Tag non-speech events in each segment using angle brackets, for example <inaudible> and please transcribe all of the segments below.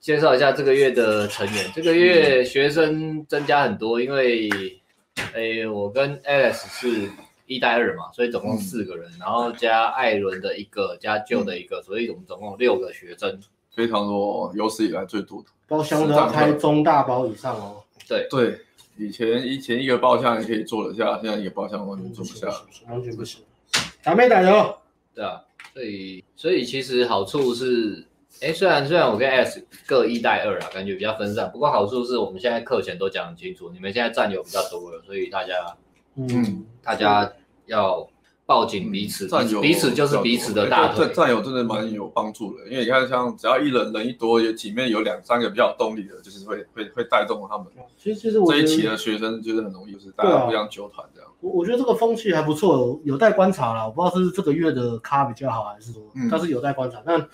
介绍一下这个月的成员。这个月学生增加很多，因为，诶，我跟 Alex 是一带二嘛，所以总共四个人，然后加艾伦的一个，加旧的一个，所以我们总共六个学生。非常多，有史以来最多的。包厢都要开中大包以上哦，对，以前以前一个包厢也可以坐得下，现在一个包厢完全坐嗯不下了。完全不行。打没打油？对啊，所以所以其实好处是，哎，虽然虽然我跟 S 各一带二啊，感觉比较分散，不过好处是我们现在课前都讲很清楚，你们现在占有比较多了，所以大家嗯，大家要抱紧彼此，占有彼此就是彼此的大腿对占。占有真的蛮有帮助的，因为你看，像只要一人人一多，有里面有两三个比较有动力的，就是会会会带动他们其实其实我嗯这觉一期啊得的学生，就是很容易就是大对啊家互相纠团这样。我我觉得这个风气还不错，有有待观察啦。我不知道是这个月的咖比较好，还是说，嗯但是有待观察。但我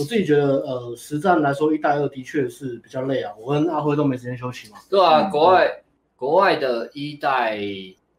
我自己觉得，呃，实战来说，一带二的确是比较累啊。我跟阿辉都没时间休息嘛，对啊，嗯国外国外的一代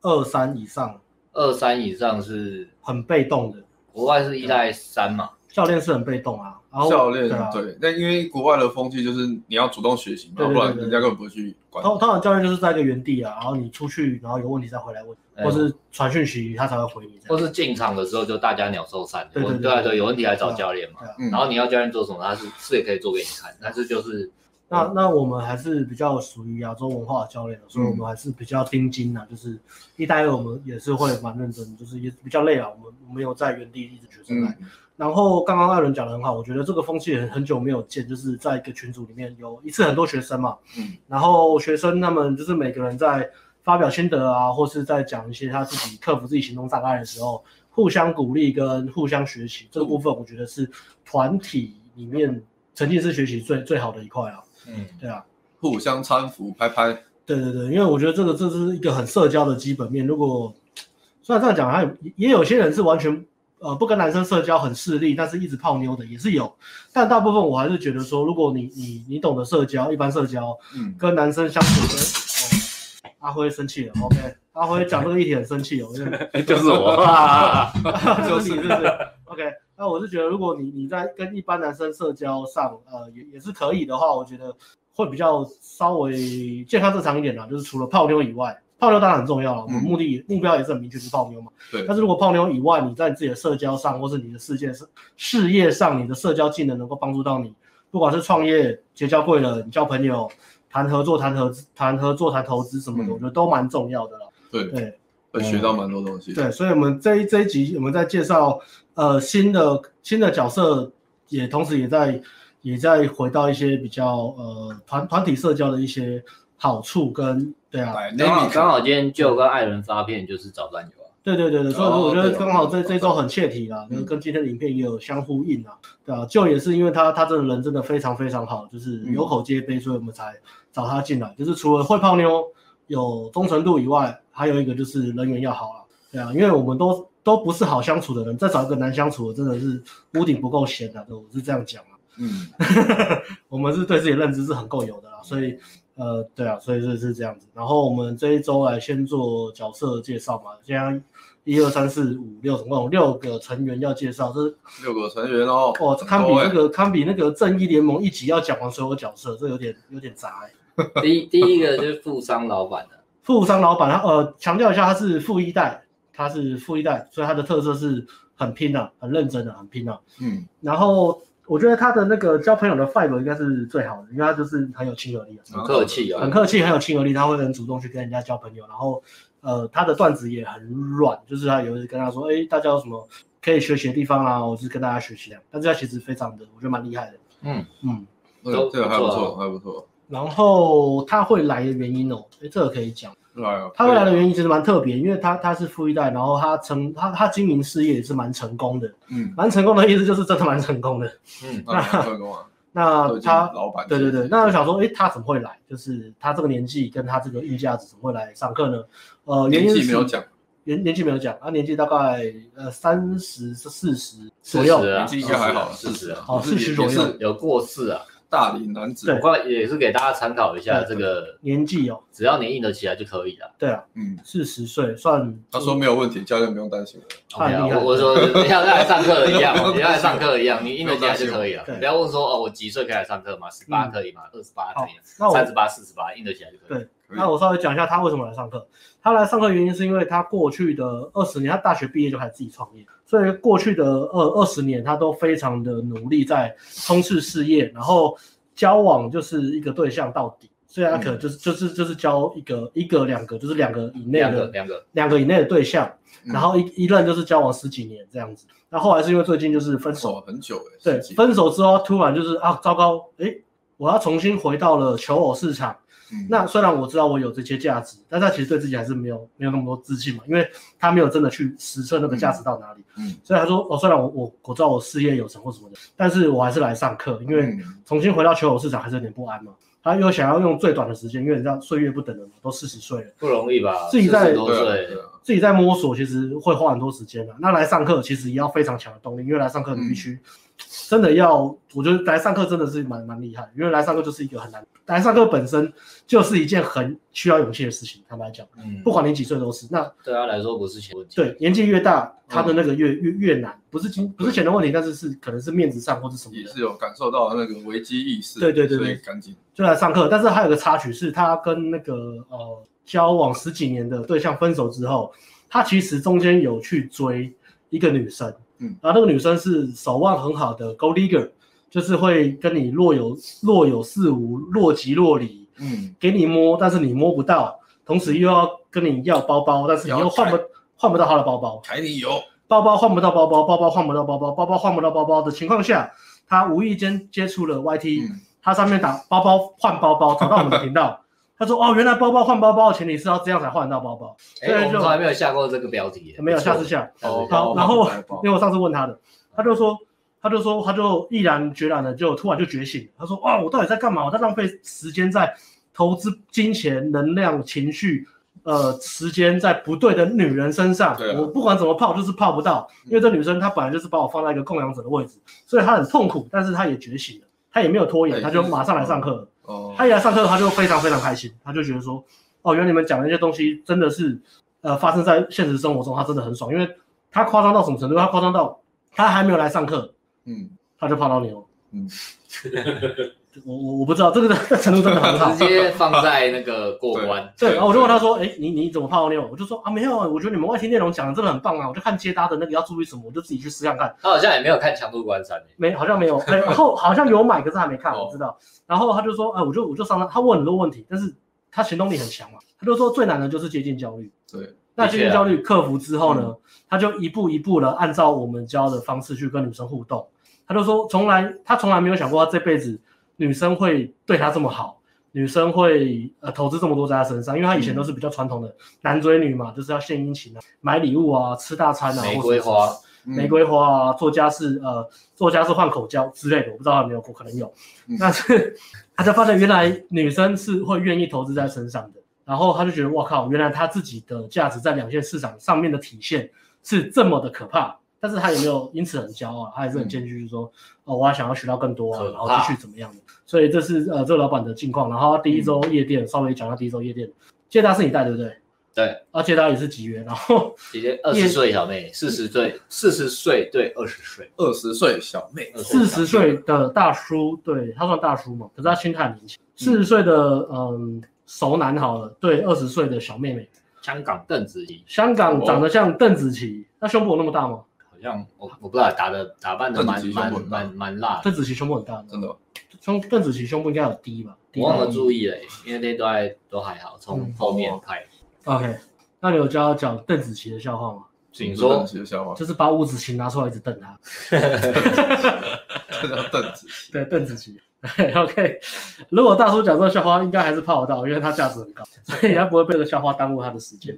二三以上二三以上是很被动的，国外是一代三嘛，教练是很被动啊。然后教练对啊，对，那因为国外的风气就是你要主动学习嘛，对对对不然对人家根本不会去管你。通通常教练就是在一个原地啊，然后你出去，然后有问题再回来问，哎或是传讯息他才会回你这或样。是进场的时候就大家鸟兽散，嗯对对我对对啊对对，有问题来找教练嘛对啊。嗯然后你要教练做什么，他是是也可以做给你看，但是就是那那我们还是比较属于亚洲文化的教练的，啊所以嗯我们还是比较盯紧啊，就是一带二我们也是会蛮认真，就是也比较累啊，我们我们有在原地一直学生来。嗯，然后刚刚艾伦讲的很好，我觉得这个风气很很久没有见，就是在一个群组里面有一次很多学生嘛，嗯，然后学生他们就是每个人在发表心得啊，或是在讲一些他自己克服自己行动障碍的时候，互相鼓励跟互相学习这个部分，我觉得是团体里面沉浸式学习最最好的一块啊，嗯，对啊。互相搀扶，拍拍。对对对，因为我觉得这个这是一个很社交的基本面。如果虽然这样讲，还有也有些人是完全呃不跟男生社交，很势利，但是一直泡妞的也是有。但大部分我还是觉得说，如果你你你懂得社交，一般社交嗯，跟男生相处跟、哦、阿辉生气了，OK，阿辉讲这个议题很生气哦，因为 <laughs> <laughs> 就是我，啊 <laughs> 就是你是不是 OK？那我是觉得，如果你你在跟一般男生社交上，呃，也也是可以的话，我觉得会比较稍微健康正常一点啦。就是除了泡妞以外，泡妞当然很重要了，我们嗯目的、目标也是很明确，是泡妞嘛。对但是如果泡妞以外，你在你自己的社交上，或是你的事件事事业上，你的社交技能能够帮助到你，不管是创业、结交贵人、交朋友、谈合作、谈合资谈合作、谈投资什么的，嗯我觉得都蛮重要的啦。 <laughs> 对，对。会学到蛮多东西。对，所以我们这一这一集我们在介绍呃新的新的角色，也同时也在也在回到一些比较呃团团体社交的一些好处跟对啊，来刚好 Namic 刚好今天就跟艾伦发片就是找战友啊， <laughs> 对对对对，所以哦我觉得对刚好这对这一周很切题啦，嗯跟跟今天的影片也有相呼应啊，对啊，就也是因为他他这个人真的非常非常好，就是嗯有口皆碑，所以我们才找他进来，就是除了会泡妞有忠诚度以外，还有一个就是人缘要好啊，对啊，因为我们都都不是好相处的人，再找一个难相处的真的是屋顶不够闲的、我是这样讲啊，嗯，我们是对自己的认知是很够有的啦，所以呃，对啊，所以这是这样子。然后我们这一周来先做角色介绍嘛，现在一二三四五六，总共有六个成员要介绍。这是 <laughs> 六个成员哦。哦，这堪比很那多欸个堪比那个正义联盟一集要讲完所有角色，这有点有点杂哎、第一第一个就是富商老板啊的，富商老板他呃强调一下，他是富一代，他是富一代，所以他的特色是很拼的、很认真的、很拼的、啊嗯，然后我觉得他的那个交朋友的 vibe 应该是最好的，因为他就是很有亲和力啊。很客气啊很客气，很有亲和力，他会很主动去跟人家交朋友，然后呃，他的段子也很软，就是他有一次跟他说，哎，大家有什么可以学习的地方啊，我是跟大家学习的，但是他其实非常的，我觉得蛮厉害的，嗯嗯。那个都这个还不不错错，啊还不错。然后他会来的原因哦，哎，这个可以讲。来哦，他会来的原因其实蛮特别，因为他他是富一代，然后他成他他经营事业也是蛮成功的，嗯， <laughs> 蛮成功的意思就是真的蛮成功的。嗯，那你成功啊，那他老板对对对，那我想说，哎，他怎么会来？就是他这个年纪跟他这个硬价值怎么会来上课呢？呃，原年因纪是没有讲，年年纪没有讲，啊他、年纪大概呃三十四十四左十右，啊，年纪应该还好四十啊，好就是40也左右也是有过四啊，大龄男子，对我看也是给大家参考一下，对这个年纪哦，只要你硬得起来就可以了。对啊，嗯，四十岁算他说没有问题，教练不用担心了。 OK 啊，太厉害我我说你像来上课一样， <laughs> 你像来上课一样，你硬不得用起来担就心可以了。对不要问说哦，我几岁可以来上课嘛？十八嗯可以吗？二十八好可以吗？那我三十八、四十八，硬得起来就可以了。对那我稍微讲一下他为什么来上课。他来上课的原因是因为他过去的二十年，他大学毕业就开始自己创业，所以过去的二二十年他都非常的努力在冲刺事业，然后交往就是一个对象到底，所以他可能就是、就是就是交一个一个两个，就是两个以内两个的两个，两个以内的对象，嗯然后一一任就是交往十几年这样子。那后来是因为最近就是分手手很久哎，对十，几分手之后突然就是啊，糟糕，诶，我要重新回到了求偶市场。嗯那虽然我知道我有这些价值，但他其实对自己还是没有没有那么多自信嘛，因为他没有真的去实测那个价值到哪里。嗯嗯所以他说，哦，虽然我我我知道我事业有成或什么的，但是我还是来上课，因为嗯重新回到求偶市场还是有点不安嘛。他又想要用最短的时间，因为你知道岁月不等人嘛，都四十岁了，不容易吧？自己在40多对啊岁对，啊自己在摸索，其实会花很多时间的、啊那来上课其实也要非常强的动力，因为来上课你必须、嗯真的要，我觉得来上课真的是蛮蛮厉害，因为来上课就是一个很难，来上课本身就是一件很需要勇气的事情。坦白讲，嗯，不管你几岁都是。那对他来说不是钱问题。对年纪越大，他的那个越、越越难，不是金不是钱的问题，但是是可能是面子上或是什么也的。是有感受到那个危机意识，对对对所对以赶紧就来上课，但是还有个插曲是，他跟那个呃交往十几年的对象分手之后，他其实中间有去追一个女生，嗯，然后那个女生是手腕很好的 gold digger，就是会跟你若有若有似无，若即若离，嗯给你摸，但是你摸不到，同时又要跟你要包包，但是你又换不换不到她的包包，柴米油，包包换不到包包，包包换不到包包，包包换不到包包的情况下，他无意间接触了 YT，、嗯他上面打包包换包 <laughs> 包，找到我们的频道。他说：“哦，原来包包换包包的前提是要这样才换得到包包，哎虽，然我们就从来没有下过这个标题耶，没有不错哦下次下。下次下好好，然后包包因为我上次问他的，他就说，他就说，他就毅然决然的就突然就觉醒了。他说：哇，我到底在干嘛？我在浪费时间在投资金钱、能量、情绪，呃，时间在不对的女人身上。对啊嗯我不管怎么泡，就是泡不到，因为这女生她本来就是把我放在一个供养者的位置，所以她很痛苦，但是她也觉醒了，她也没有拖延，哎她就就是马上来上课了。哦，他一来上课，他就非常非常开心，他就觉得说，哦，原来你们讲的那些东西真的是，呃，发生在现实生活中，他真的很爽，因为他夸张到什么程度？他夸张到他还没有来上课，嗯他就泡到妞。嗯， <laughs> 我我我不知道这个的程度真 <laughs> 的很好。直。接放在那个过关对，然后我就问他说，哎，你你怎么泡到妞？我就说啊，没有，啊，我觉得你们外听内容讲的真的很棒啊，我就看接搭的那个要注意什么，我就自己去试看看。他好像也没有看《强度关山》耶没，好像 <laughs> 没有，哎，后好像有买，可是还没看，哦我知道。然后他就说，哎，我就我就上他，他问很多问题，但是他行动力很强嘛，他就说最难的就是接近焦虑。对，那的接确近啊嗯焦虑克服之后呢，他就一步一步的按照我们教的方式去跟女生互动。他就说，从来他从来没有想过他这辈子女生会对他这么好，女生会呃投资这么多在他身上，因为他以前都是比较传统的男追女嘛，就是要献殷勤啊，买礼物啊，吃大餐啊，玫或瑰什么花嗯玫瑰花啊，做家事呃，做家事换口交之类的，我不知道他有没有过，可能有。嗯但是他才发现原来女生是会愿意投资在身上的，然后他就觉得哇靠，原来他自己的价值在两线市场上面的体现是这么的可怕。但是他也没有因此很骄傲，他还是很谦虚，就说、哦，我还想要学到更多啊，嗯可然后怕继续怎么样的。所以这是呃这个老板的近况。然后他第一周夜店、稍微讲一下第一周夜店，接搭是你带对不对？对，而且他也是集约，然后直接二十岁小妹，四十岁，四十岁对二十岁，嗯二十岁小妹， 20四十岁的大叔，对他算大叔嘛，可是他心态很年轻。四十岁的嗯熟男好了，对二十岁的小妹妹，香港邓紫棋香港哦长得像邓紫棋，那胸部有那么大吗？好像我我不知道打的打扮的蛮邓紫棋胸蛮部很大蛮蛮辣的，邓紫棋胸部很大吗，真的胸邓紫棋胸部应该有低吧？嗯低我吧忘了注意了耶，因为那都还都还好，从嗯后面拍。 OK，那你有教他讲邓紫棋的笑话吗？请说，学校 <laughs> 话，就是把五子棋拿出来一直瞪他。这叫凳子，对，邓紫棋。对 OK，如果大叔讲这个笑话，应该还是泡得到，因为他价值很高，所以他不会被这个笑话耽误他的 <laughs> 时间。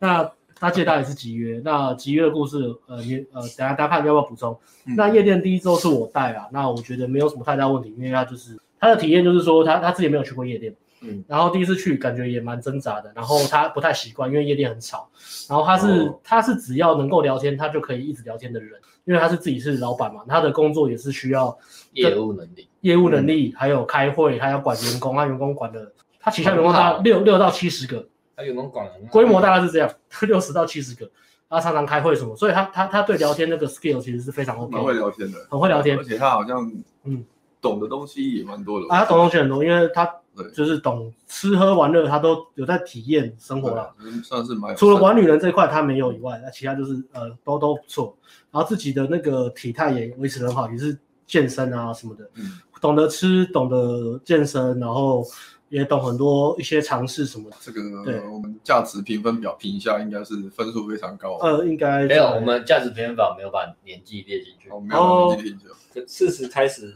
那他借他也是集约，那集约的故事，呃，你呃，等下大家看要不要补充？嗯 <laughs> 那夜店第一周是我带啊，那我觉得没有什么太大问题，因为他就是他的体验就是说他他自己没有去过夜店，嗯，然后第一次去感觉也蛮挣扎的，然后他不太习惯，因为夜店很吵，然后他是、哦他是只要能够聊天，他就可以一直聊天的人，因为他是自己是老板嘛，他的工作也是需要业务能力业务能力，还有开会，还要管员工，啊他员工管的，他旗下员工大概六六到七十个，他员工管得很好规模大概是这样， <laughs> 六十到七十个，他常常开会什么，所以他他他对聊天那个 skill 其实是非常蛮会 OK，聊天的，很会聊天而且他好像嗯懂的东西也蛮多的。啊，他懂东西很多，因为他对就是懂吃喝玩乐，他都有在体验生活对啦。啊，算是蛮有除了深玩女人这一块他没有以外，那其他就是呃都都不错，然后自己的那个体态也维持得很好，也是健身啊什么的，嗯懂得吃，懂得健身，然后也懂很多一些尝试什么的。这个对我们价值评分表评一下，应该是分数非常高。呃，应该没有，我们价值评分法没有把年纪列进去。哦，没有年纪评价。四十开始，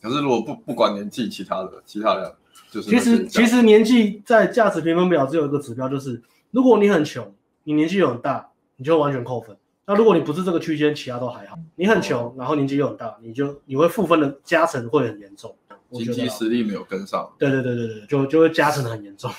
可是如果不不管年纪，其他的其他的就是其实其实年纪在价值评分表只有一个指标，就是如果你很穷，你年纪又很大，你就完全扣分。那如果你不是这个区间，其他都还好。你很哦穷，然后年纪又很大，你就你会负分的加成会很严重。我经觉得济啊，实力没有跟上。对对对对对，就就会加成得很严重。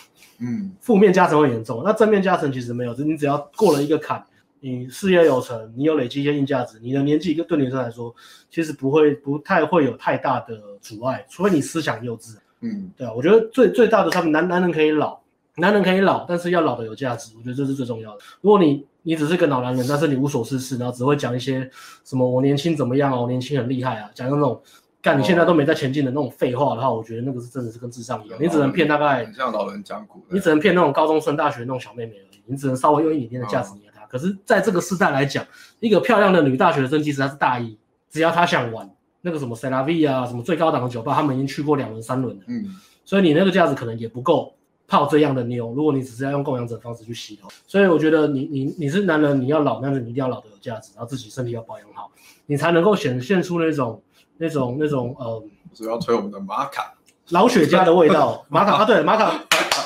嗯，负面加成会严重，那正面加成其实没有，只你只要过了一个坎，你事业有成，你有累积一些硬价值，你的年纪对女生来说，其实不会不太会有太大的阻碍，除非你思想幼稚。嗯，对啊，我觉得最最大的差别，男男人可以老，男人可以老，但是要老的有价值，我觉得这是最重要的。如果你你只是个老男人，但是你无所事事，然后只会讲一些什么我年轻怎么样啊，我年轻很厉害啊，讲那种干你现在都没在前进的那种废话的话，我觉得那个是真的是跟智障一样，你只能骗大概很像老人讲古的。你只能骗那种高中生、大学那种小妹妹而已，你只能稍微用一点点的价值给她。可是，在这个时代来讲，一个漂亮的女大学生，即使她是大一，只要她想玩，那个什么 c e l a v i 啊，什么最高档的酒吧，他们已经去过两轮、三轮了，嗯，所以你那个价值可能也不够泡这样的妞。如果你只是要用供养者的方式去洗头，所以我觉得你你你是男人，你要老，但是你一定要老的有价值，然后自己身体要保养好，你才能够显现出那种那种那种呃主要吹我们的马卡。老雪茄的味道。玛卡啊，对，玛卡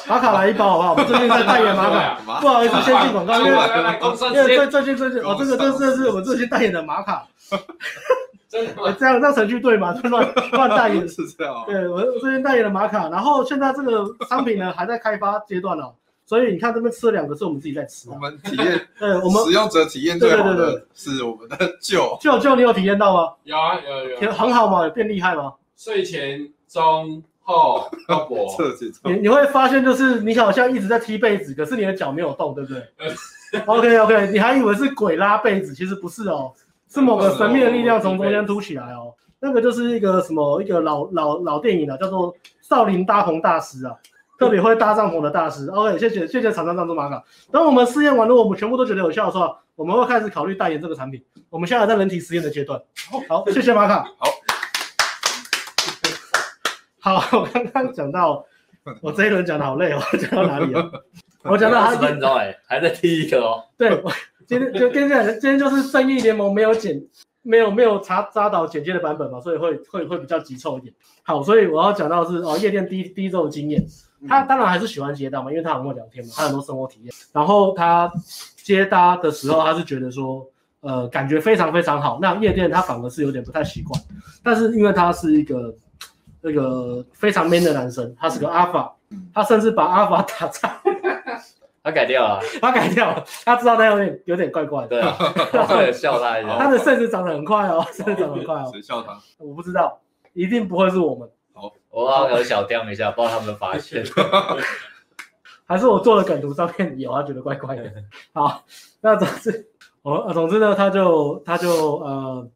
玛卡来一包好不好？我们最近在代言玛卡。 <laughs> 马不好意思，先进广告，因为来来来，工商因时为间最最近最近，哦，这个这这是我最近代言的玛卡，真的我吗？这样让程序对吗？就乱乱代言。是这样哦。对我最近代言的玛卡，然后现在这个商品呢还在开发阶段哦，所以你看这边吃了两个是我们自己在吃我啊。们体验，对， <laughs> 我们使用者体验最好对对哦的是我们的酒。就就你有体验到吗？有啊有有也有，很好嘛，有变厉害吗？睡前、中、后、后脖，这节奏你你会发现就是你好像一直在踢被子，可是你的脚没有动，对 <laughs> 不对？OK OK，你还以为是鬼拉被子，其实不是哦，是某个神秘的力量从中间凸起来哦。那个就是一个什么一个老老老电影啊，叫做《少林搭棚大师》啊，特别会搭帐篷的大师。OK，谢谢谢谢厂商赞助玛卡。当我们试验完了，我们全部都觉得有效的时候，啊我们会开始考虑代言这个产品。我们现在在人体实验的阶段。好，谢谢玛卡。好，好，我刚刚讲到。我这一轮讲的好累哦， <laughs> 讲到哪里了？我讲到二他十分钟哎，还在第一个哦。对，我今天就跟你讲，今天就是正义联盟没有剪，没有没有查扎导简介的版本嘛，所以会会会比较急凑一点。好，所以我要讲到的是哦，夜店第一第一周的经验，嗯他当然还是喜欢接搭嘛，因为他很会聊天嘛，他有很多生活体验。然后他接搭的时候，他是觉得说，呃，感觉非常非常好。那夜店他反而是有点不太习惯，但是因为他是一个那个非常 man 的男生，他是个阿法嗯，他甚至把阿法打在他改掉了，他改掉了，他知道他有点有点怪怪的，对啊，我也笑他一他下。的甚至长得很快哦，甚至长得很快哦，谁笑他？我不知道，一定不会是我们，我刚刚有小掉一下，不知道他有没有发现。还是我做了梗图照片有，他觉得怪怪的。好，那总之，我、呃、总之呢，他就他就呃，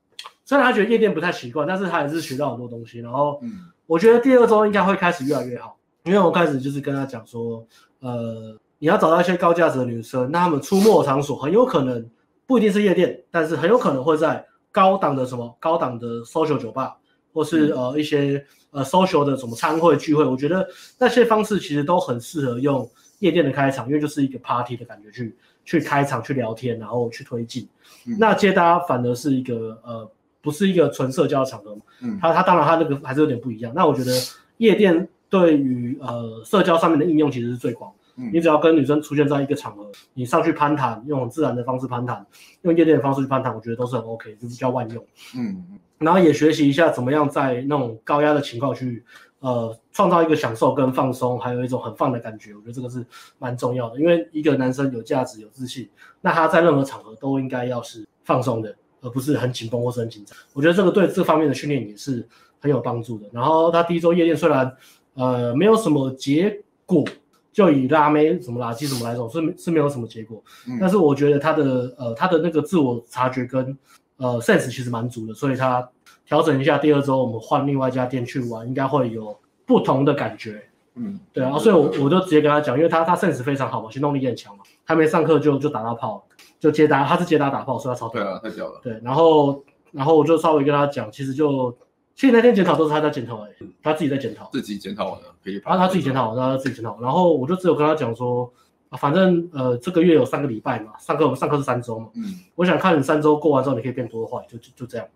虽然他觉得夜店不太习惯，但是他还是学到很多东西。然后嗯，我觉得第二周应该会开始越来越好，因为我开始就是跟他讲说，呃，你要找到一些高价值的女生，那她们出没的场所很有可能不一定是夜店，但是很有可能会在高档的什么高档的 social 酒吧，或是、呃一些呃 social 的什么餐会聚会，我觉得那些方式其实都很适合用夜店的开场，因为就是一个 party 的感觉去去开场去聊天，然后去推进。嗯那接搭反而是一个呃不是一个纯社交的场合嘛，嗯他他当然他那个还是有点不一样。那我觉得夜店对于呃社交上面的应用其实是最广。嗯你只要跟女生出现在一个场合，你上去攀谈，用很自然的方式攀谈，用夜店的方式去攀谈，我觉得都是很 OK，就比较万用。嗯嗯然后也学习一下怎么样在那种高压的情况去，呃，创造一个享受跟放松，还有一种很放的感觉。我觉得这个是蛮重要的，因为一个男生有价值、有自信，那他在任何场合都应该要是放松的，而不是很紧绷或是很紧张。我觉得这个对这方面的训练也是很有帮助的。然后他第一周夜店虽然呃没有什么结果，就以拉妹什么垃圾什么来说是没是没有什么结果，嗯但是我觉得他的呃他的那个自我察觉跟呃 sense 其实蛮足的，所以他调整一下，第二周我们换另外一家店去玩，应该会有不同的感觉。嗯，对啊，所以我我就直接跟他讲，因为他他 sense 非常好嘛，行动力也很强嘛，还没上课就就打到炮，就接打，他是接打打炮，所以他超对啊，太屌了，对，然后然后我就稍微跟他讲，其实就其实那天检讨都是他在检讨而已，他自己在检讨，自己检讨完了，可以然把啊后他自己检讨，然后他自己检讨，然后我就只有跟他讲说，啊、反正呃这个月有三个礼拜嘛，上课我们上课是三周嘛，嗯我想看你三周过完之后你可以变多坏，就就就这样，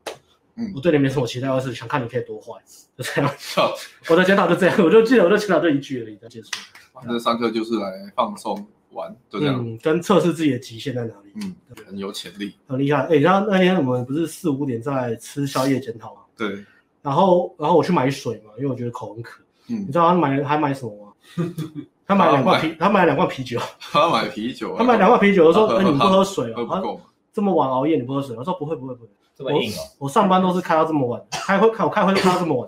嗯我对你没什么期待，我是想看你可以多坏，就这样，笑，我的检讨就这样，我就记得我就检讨这一句而已，就结束了。这上课就是来放松玩，就这样，嗯，跟测试自己的极限在哪里，嗯，很有潜力，很厉害。哎、然后那天我们不是四五点在吃宵夜检讨嘛，对，然后然后我去买水嘛，因为我觉得口很渴。你嗯，知道他买还买什么吗？他买两罐啤，他买两罐啤酒，他买啤酒啊，他买两罐啤酒，我 <laughs> 说：“喝喝哎、你们不喝喝水喝哦？”不他够嘛，这么晚熬夜你不喝水？我说：“不会不会不会，这么硬哦，我上班都是开到这么晚，开会开我开会都开到这么晚。”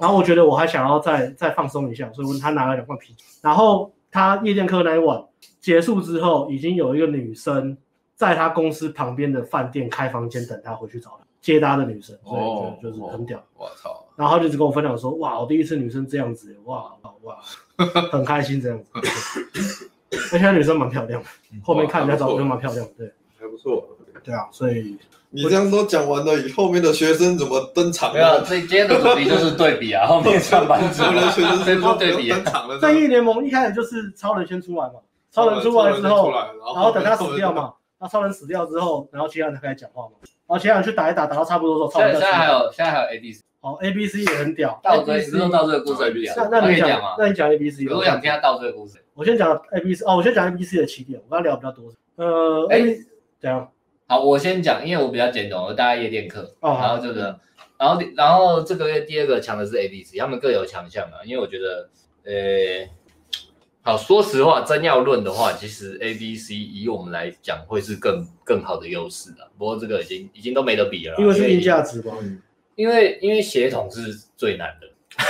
然 <laughs> 哇，后我觉得我还想要再再放松一下，所以我他拿了两罐啤酒。然后他夜店课那一晚结束之后，已经有一个女生在他公司旁边的饭店开房间等他回去找他接他的女生，所以哦就就是很屌。我操，然后他就一直跟我分享说，哇，我第一次女生这样子，欸哇哇 <laughs> 哇，很开心这样子。 <laughs> 对而且那女生蛮漂亮的，嗯后面看人家照片蛮漂亮的，对还不错。对啊，所以你这样都讲完了，以后面的学生怎么登场没有，啊 <laughs> 呢？所以今天的主题就是对比啊，后面上班族后面的学生这怎部么对比啊登场了？正义联盟一开始就是超人先出来嘛，超人出来之后，然然后等他死掉，嘛，那超人死掉之后，然后其他人才开始讲话嘛，然后其他人去打一打，打到差不多之后，超现在人现再在出还来。有现在还有 A B C，哦，A B C 也很屌。倒追， ABC 之后倒追的故事很屌，那那可你以讲讲吗？那你讲 A B C 比。如我想听他倒追的故事，我先讲 A B C 哦，我先讲 A B C 的起点，我跟他聊比较多。呃，哎 A 怎样？好，我先讲，因为我比较简短，我大概夜店课，哦，然好后就是，然后然后这个月第二个强的是 A B C，他们各有强项啊。因为我觉得，呃，好，说实话，真要论的话，其实 A B C 以我们来讲会是更更好的优势的。不过这个已经已经都没得比了啦，因为是硬价值嘛。因为因为协同是最难的。 <laughs>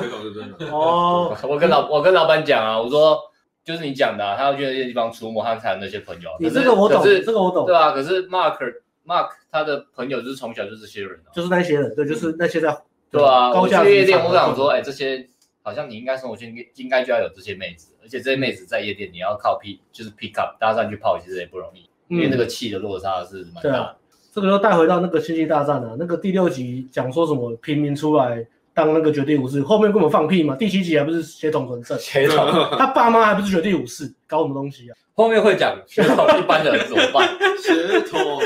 这种是真的。哦，我跟老我跟老板讲啊，我说就是你讲的、啊，他要去那些地方出没，他才有那些朋友。啊你可是这个我懂，可是这个我懂对，啊，可是 Mark Mark 他的朋友就是从小就是这些人啊，就是那些人，对，就是那些在对啊，高我去价值夜店，场我合想说，哎、这些好像你应该生活圈应应该就要有这些妹子，而且这些妹子在夜店你要靠 P 就是 pick up 搭讪去泡，其实也不容易，因为那个气的落差是蛮大嗯对的。啊这个又带回到那个星际大战啊了、那个第六集讲说什么平民出来当那个绝地武士，后面根本放屁嘛。第七集还不是血统纯正，协同他爸妈还不是绝地武士，搞什么东西啊？ <laughs> 后面会讲协同一般的人怎 <laughs> 么办？血统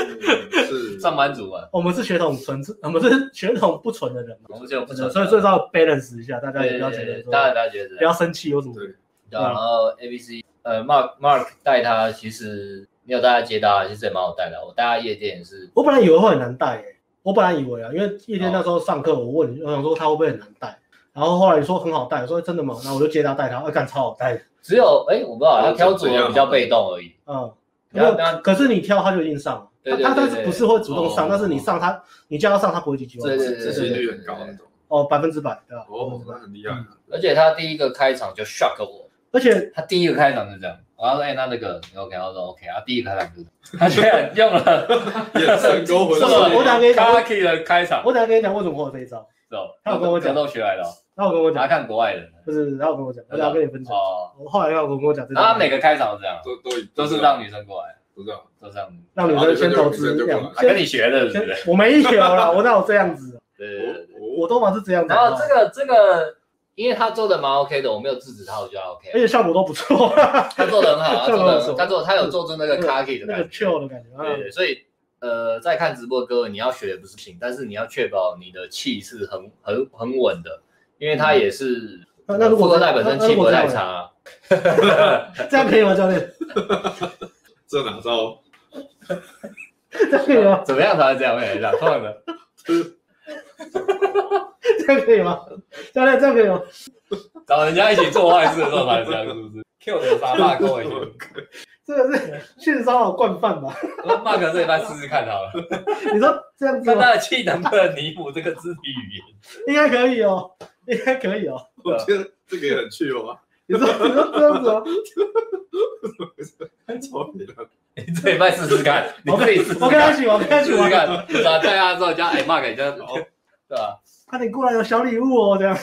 是上班族啊，我们是血统纯正，我们是血统不纯的人嘛，我们就不所以所以说要 balance 一下，大家也对不要觉对得对，说大家不要觉得不要生气有什么对对啊，然后 A B C，呃，Mark Mark 带他，其实没有带他接搭，其实也蛮好带的。我带他夜店也是，我本来以为会很难带、欸，我本来以为啊，因为夜店那时哦候上课，我问你，我想说他会不会很难带，然后后来你说很好带，我说真的吗？然后我就接他带他，啊，干超好带的，只有哎，我不知道哦他挑组合比较被动而已。嗯，没然有后当然，可是你挑他就一定上了，对对他他对他对不是会主动上，哦但是你上他，你叫他上他不会几句话，对对对自信率很高那种。哦，百分之百对吧？哦，那很厉害。而且他第一个开场就 shock 我，而且他第一个开场就这样。我要说，哎，那那个你 OK，他说 OK，他第一个开场就是这样，他居然用了眼神勾魂这这么么我打给你 cocky 的开场，我等一下跟你讲为什么会有这一招，知道他有跟我讲格斗学来的哦，他有跟我他讲，看国外人，不是他有跟我讲，我等一下跟你分享，啊哦。我后来他有跟我讲这然后他招每，个开场都这样，都都都是让女生过来，都这样，都这样，让女生先投资两，啊跟先你学的，是不是？先我没有啦， <laughs> 我哪有这样子啊，对对对对。哦我都嘛是这样子，然后这个这个，因为他做的蛮 OK 的，我没有制止他，我觉得他而 OK。且效果都不错，他做的很好，他做的 <laughs> 他做他有做出那个那个 cocky 的那个感 chill 觉。的感觉，对嗯对，所以呃，在看直播的歌，你要学的不是行，但是你要确保你的气是很很很稳的，因为他也是嗯那那如果富二代本身气不太差，这样可以吗，教练？这哪招？这样可 <laughs> 以吗？怎么样才会这样？哎，讲错了，这样可以吗？教练，这样可以吗？ <laughs> 找人家一起做坏事的时候才这样，是不是？Q 的沙发跟我一起，这个是性骚扰惯犯吧？我骂个这一半试试看好 <laughs> 了，你说这样子看吗他的气能不能弥补这个肢体语言。 <laughs> 应该可以哦，应该可以哦。我觉得这个也很趣哦，你说你说这样子吗？哦太聪明了。你这一半试试看，你我自跟己试试我跟他一看，起玩，我跟他一试 <laughs> 起试玩。看，对啊吧？带他之后叫哎骂给人家，哦对吧？看你过来有小礼物哦，这样。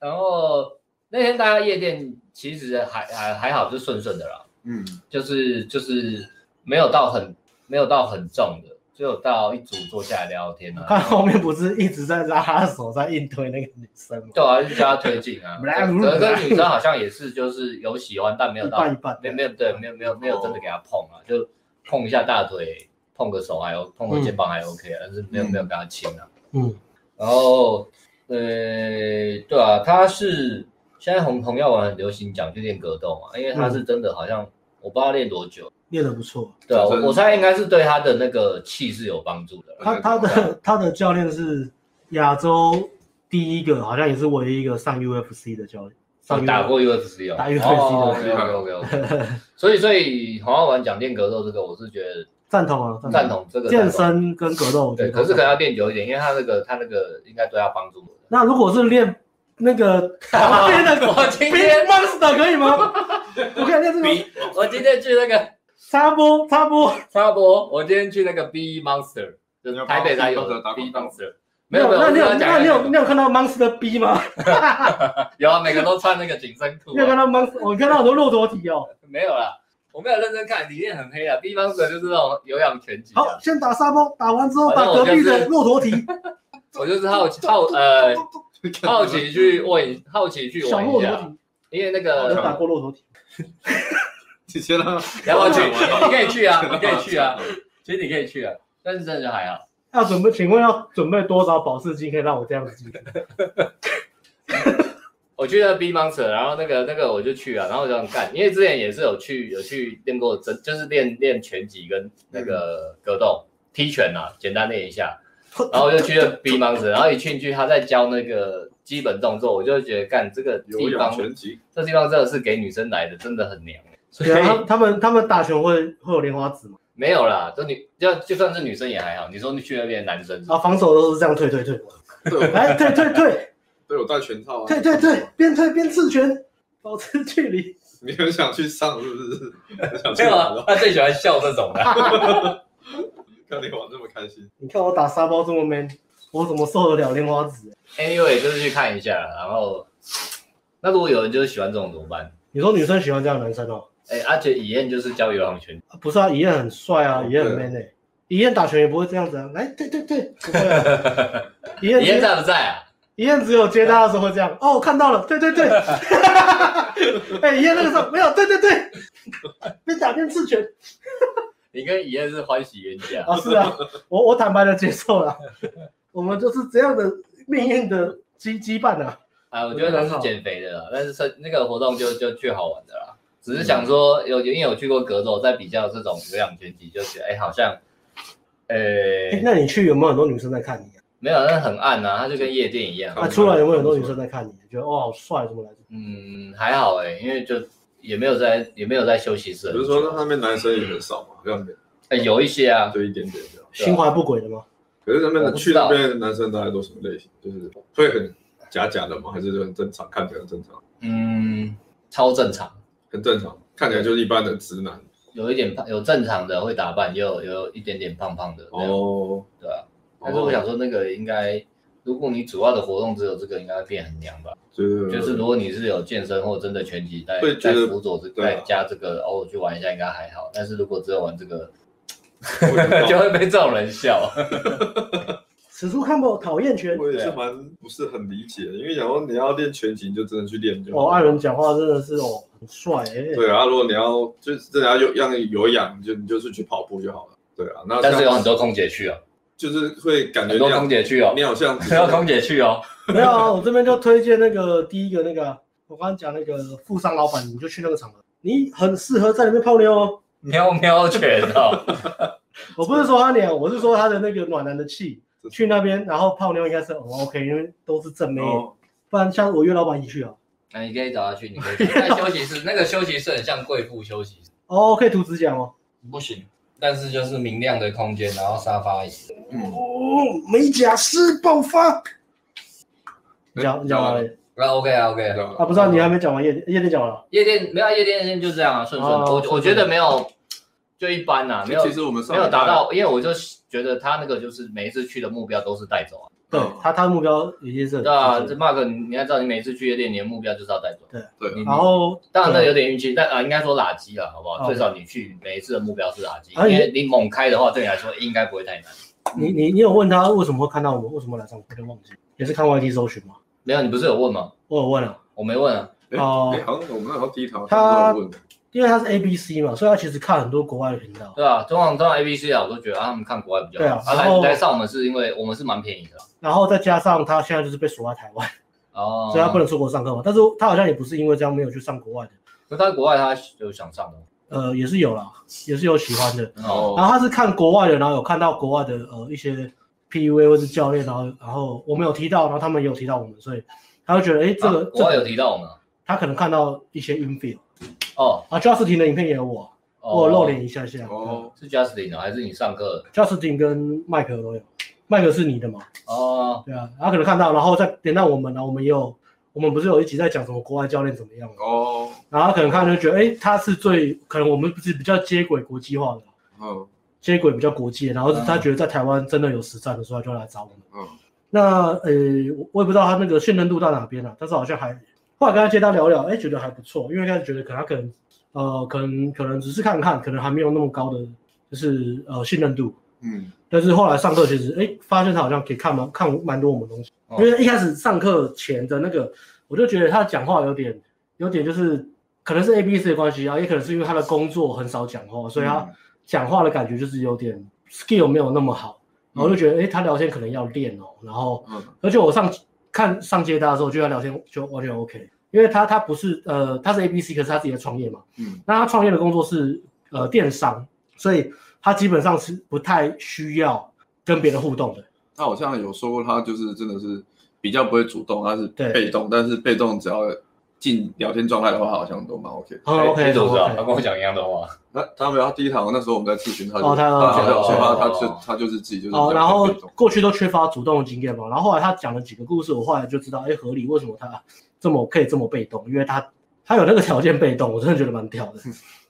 然后那天大家夜店其实还还还好，是顺顺的啦，嗯，就是就是没有到很没有到很重的，只有到一组坐下来聊天啊，他 <laughs> 后面不是一直在拉他的手在硬推那个女生吗？。对啊，就叫他推进啊可跟女生好像也是，就是有喜欢，但没有一到半一半。没没有对，没有没有没有真的给他碰啊，就碰一下大腿，碰个手还 O，碰个肩膀还 OK，、啊，但是没有嗯没有跟他亲啊。嗯，然后呃，对啊，他是现在红红药丸很流行讲去练格斗嘛，因为他是真的好像、我不知道练多久，练得不错。对啊，真的我我猜应该是对他的那个气是有帮助的啦。他他的他的教练是亚洲第一个，好像也是唯一一个上 UFC 的教练。上 UFC 打过 UFC 哦，打 UFC 的哦，OK OK <laughs> OK，所以所以红药丸讲练格斗这个，我是觉得赞同啊，赞。同这个健赞同身跟格斗，我觉对，得可是可能赞同要练久一点，因为他那个他那个应该对他帮助我的。那如果是练那 <laughs> 个 <laughs> 旁边的我今 Big 天 Monster 可以吗？我可以练这个吗我今天去那个插播插播，差不多，我今天去那个 B Monster，就是台北才有的你要帮 B 我打广告 Monster。没有没有，那我你只有是那讲你一下有你有看到 Monster B 吗？有啊，每个都穿那个紧身 <laughs> 裤你有看啊。到 Monster？我看到很多骆驼体哦。没有啦，我没有认真看，里面很黑啊。B Monster 就是那种有氧拳击啊。好，先打沙包，打完之后打反正隔我壁就是的骆驼体，我就是好奇好呃好奇去问，好奇 <laughs> 去小玩一骆驼下，呃体，因为那我有打个过骆驼体。你先让然 <laughs> 后去，你可以去啊，你可以去啊，其实你可以去啊，但是真的还好。要准备，请问要准备多少保释金可以让我这样子进去？我去了 B Monster，然后那个那个我就去啊了，然后我就想干，因为之前也是有去有去练过真，就是练练拳击跟那个格斗、踢拳啊，简单练一 <laughs> 下。然后我就去了 B Monster，然后一进去他在教那个基本动作，我就觉得干这个有地氧方，拳击，这地方真的是给女生来的，真的很娘。欸所以对啊，他们他们打拳会会有莲花指吗？没有啦，就女就就算是女生也还好。你说你去那边男生是啊，防守都是这样退退退，对我来退退退对我戴拳套啊。退退退，边退边刺拳，保持距离。你很想去上是不是？很想去没有玩啊，啊，他最喜欢笑这种的。看你玩这么开心，你看我打沙包这么 man，我怎么受得了莲花指？ anyway 就是去看一下，然后那如果有人就是喜欢这种怎么办？你说女生喜欢这样的男生哦？哎，而且以燕就是教有氧拳击。啊不是啊，一燕很帅啊，哦一燕很对啊 man 哎、一燕打拳也不会这样子啊。来，对对对，不会啊。 <laughs> 一燕你现只在不在啊？一燕只有接他的时候会这样。哦，我看到了，对对对。 <laughs> 哎、一燕那个时候没有，对对对，边打边刺拳你跟以燕是欢喜冤家，啊，是啊，我我坦白的接受了，我们就是这样的命运的羁羁绊啊。啊，我觉得那是减肥的啦，但是是那个活动就就去好玩的啦。只是想说有因为有去过格斗，在比较这种有氧拳击，就觉得哎、好像，呃、哎、那你去有没有很多女生在看你啊？没有，那很暗啊，它就跟夜店一样。看啊，不出来有没有很多看女不出生在看你？觉得哦，好帅，怎么来啊着？嗯，还好哎、因为就也没有在也没有在休息室比很如久，说那边男生也很少嘛，好像没有哎、有一些啊，就一点点这样。对啊心怀不轨的吗？可是那边我的不去知那道边的男生大概都什么类型？就是会很假假的吗？还是就很正常？看起来很正常，嗯，超正常，很正常，看起来就是一般的直男。有一点胖，有正常的会打扮，也有有一点点胖胖的，哦，哦，对啊。但是我想说，那个应该，如果你主要的活动只有这个，应该会变很娘吧？就是就是如果你是有健身或真的拳击在会觉在得辅佐这对啊再加这个，偶尔去玩一下应该还好。但是如果只有玩这 <laughs> 个，我也不知道 <laughs> 就会被这种人 <laughs> 笑。此处看不讨厌拳。我也是蛮不是很理解的，因为想说你要练拳击，你就真的去练就好。哦，艾伦讲话真的是哦，很帅哎、对啊，如果你要就是真的要有让你有氧，你就你就是去跑步就好了。对啊，那但是有像很多空姐去哦，就是会感很觉你多好空姐去哦你，好像只很多空姐去哦。没有啊，我这边就推荐那个第一个那个啊，我刚刚讲那个富商老板，你就去那个场合，你很适合在里面泡妞哦。喵喵拳哦， <laughs> 我不是说他娘，我是说他的那个暖男的气，去那边然后泡妞应该是很 OK，因为都是正妹，哦不然像我约老板一起去啊。那你可以找他去，你可以去。在休息室那个休息室很像贵妇休息室，哦，可以涂指甲吗？不行。但是就是明亮的空间，然后沙发椅，嗯哦，美甲师爆发！你讲你讲完了那 OK 啊 OK 啊。啊？不知道你还没讲完夜店，夜店讲完了。夜店没有啊夜店，夜店就这样啊，顺顺。哦我顺顺我觉得没有，就一般呐、啊，没有其实我们上没有达到，因为我就觉得他那个就是每一次去的目标都是带走啊。对嗯他，他的目标已经是对啊，这 Mark 你你要知道，你每次去夜店，你的目标就是要带走。对，然后当然那有点运气，但啊、应该说垃圾了，好不好？哦啊最少你去每一次的目标是垃圾，而且因为你猛开的话，对你来说应该不会太难。你你你有问他为什么会看到我，为什么来上课？有点忘记，也是看 YT 搜寻吗？没有，你不是有问吗？我有问了，我没问啊。哎，哦哎好像我们那时候第一条他问的，因为他是 A B C 嘛，所以他其实看很多国外的频道。对啊，通常通常 A B C 啊，我都觉得啊，他们看国外比较好。对啊然来后来上我们是因为我们是蛮便宜的啊然后再加上他现在就是被锁在台湾，哦。所以他不能出国上课嘛。但是他好像也不是因为这样没有去上国外的，可他在国外他就想上的呃，也是有啦，也是有喜欢的。哦。然哦，后他是看国外的，然后有看到国外的呃一些 PUA 或是教练，然后然后我们有提到，然后他们也有提到我们，所以他就觉得哎，这啊个、国外这有个提到我们啊他可能看到一些 infield 哦，啊，Justin 的影片也有我，哦我有露脸一下下。哦，是 Justin 啊，还是你上课？ j u s t i n 跟麦克都有，麦克是你的嘛？哦，对啊，他可能看到，然后再点到我们，然后我们也有，我们不是有一集在讲什么国外教练怎么样嘛？哦，然后他可能看就觉得，哎，他是最可能我们是比较接轨国际化的，嗯接轨比较国际的，然后嗯他觉得在台湾真的有实战的，所以他就来找我们。嗯，那呃，我我也不知道他那个信任度到哪边了、啊但是好像还后来跟他接他聊聊，哎，觉得还不错，因为开始觉得可能他可能呃，可能可能只是看看，可能还没有那么高的就是呃信任度。嗯，但是后来上课其实哎，发现他好像可以看蛮看蛮多我们东西，哦因为一开始上课前的那个，我就觉得他讲话有点有点就是可能是 A B C 的关系啊，也可能是因为他的工作很少讲话，所以他讲话的感觉就是有点 skill 没有那么好，然后我就觉得哎，诶他聊天可能要练哦，然后。嗯，而且我上看上街搭的时候，就他聊天就完全 OK，因为他他不是呃他是 A B C，可是他自己在创业嘛，嗯，那他创业的工作是呃电商，所以他基本上是不太需要跟别人互动的，他好像有说过，他就是真的是比较不会主动，他是对被动，但是被动只要进聊天状态的话，好像都蛮 OK。很哎 OK 你怎么知道？他很跟 OK。我讲一样的话。那他没有，他第一堂那时候我们在咨询他就，哦他有他好像有说哦他他就他就是自己就是比较哦，然后被动过去都缺乏主动的经验嘛，然后后来他讲了几个故事，我后来就知道，哎，合理为什么他这么可以这么被动，因为他他有那个条件被动，我真的觉得蛮 <laughs> 屌的。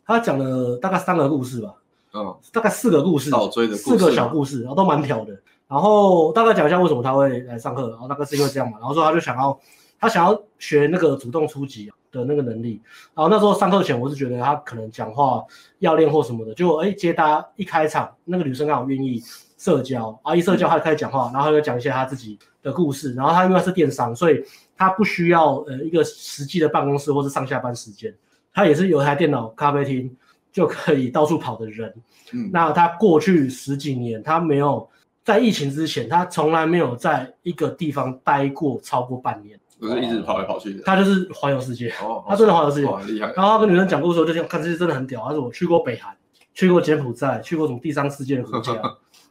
他讲了大概三个故事吧，嗯，大概四个故事，倒追的故事啊四个小故事，然后都蛮挑的。然后大概讲一下为什么他会来上课，然哦后大概是因为这样嘛，然后说他就想要他想要学那个主动出击啊的那个能力。然后那时候上课前我是觉得他可能讲话要练或什么的，结果哎接搭一开场，那个女生刚好愿意社交，啊一社交她就开始讲话，然后她就讲一些她自己的故事，然后她因为她是电商，所以她不需要呃一个实际的办公室或是上下班时间，她也是有一台电脑咖啡厅就可以到处跑的人。嗯，那他过去十几年，他没有在疫情之前，他从来没有在一个地方待过超过半年，我是一直跑来跑去的。他就是环游世界。哦，他真的好有自信哇，厉害。然后他跟女生讲故事的时候，就像看这些真的很屌。他说我去过北韩，去过柬埔寨，去过什么第三世界的国 <laughs> 家，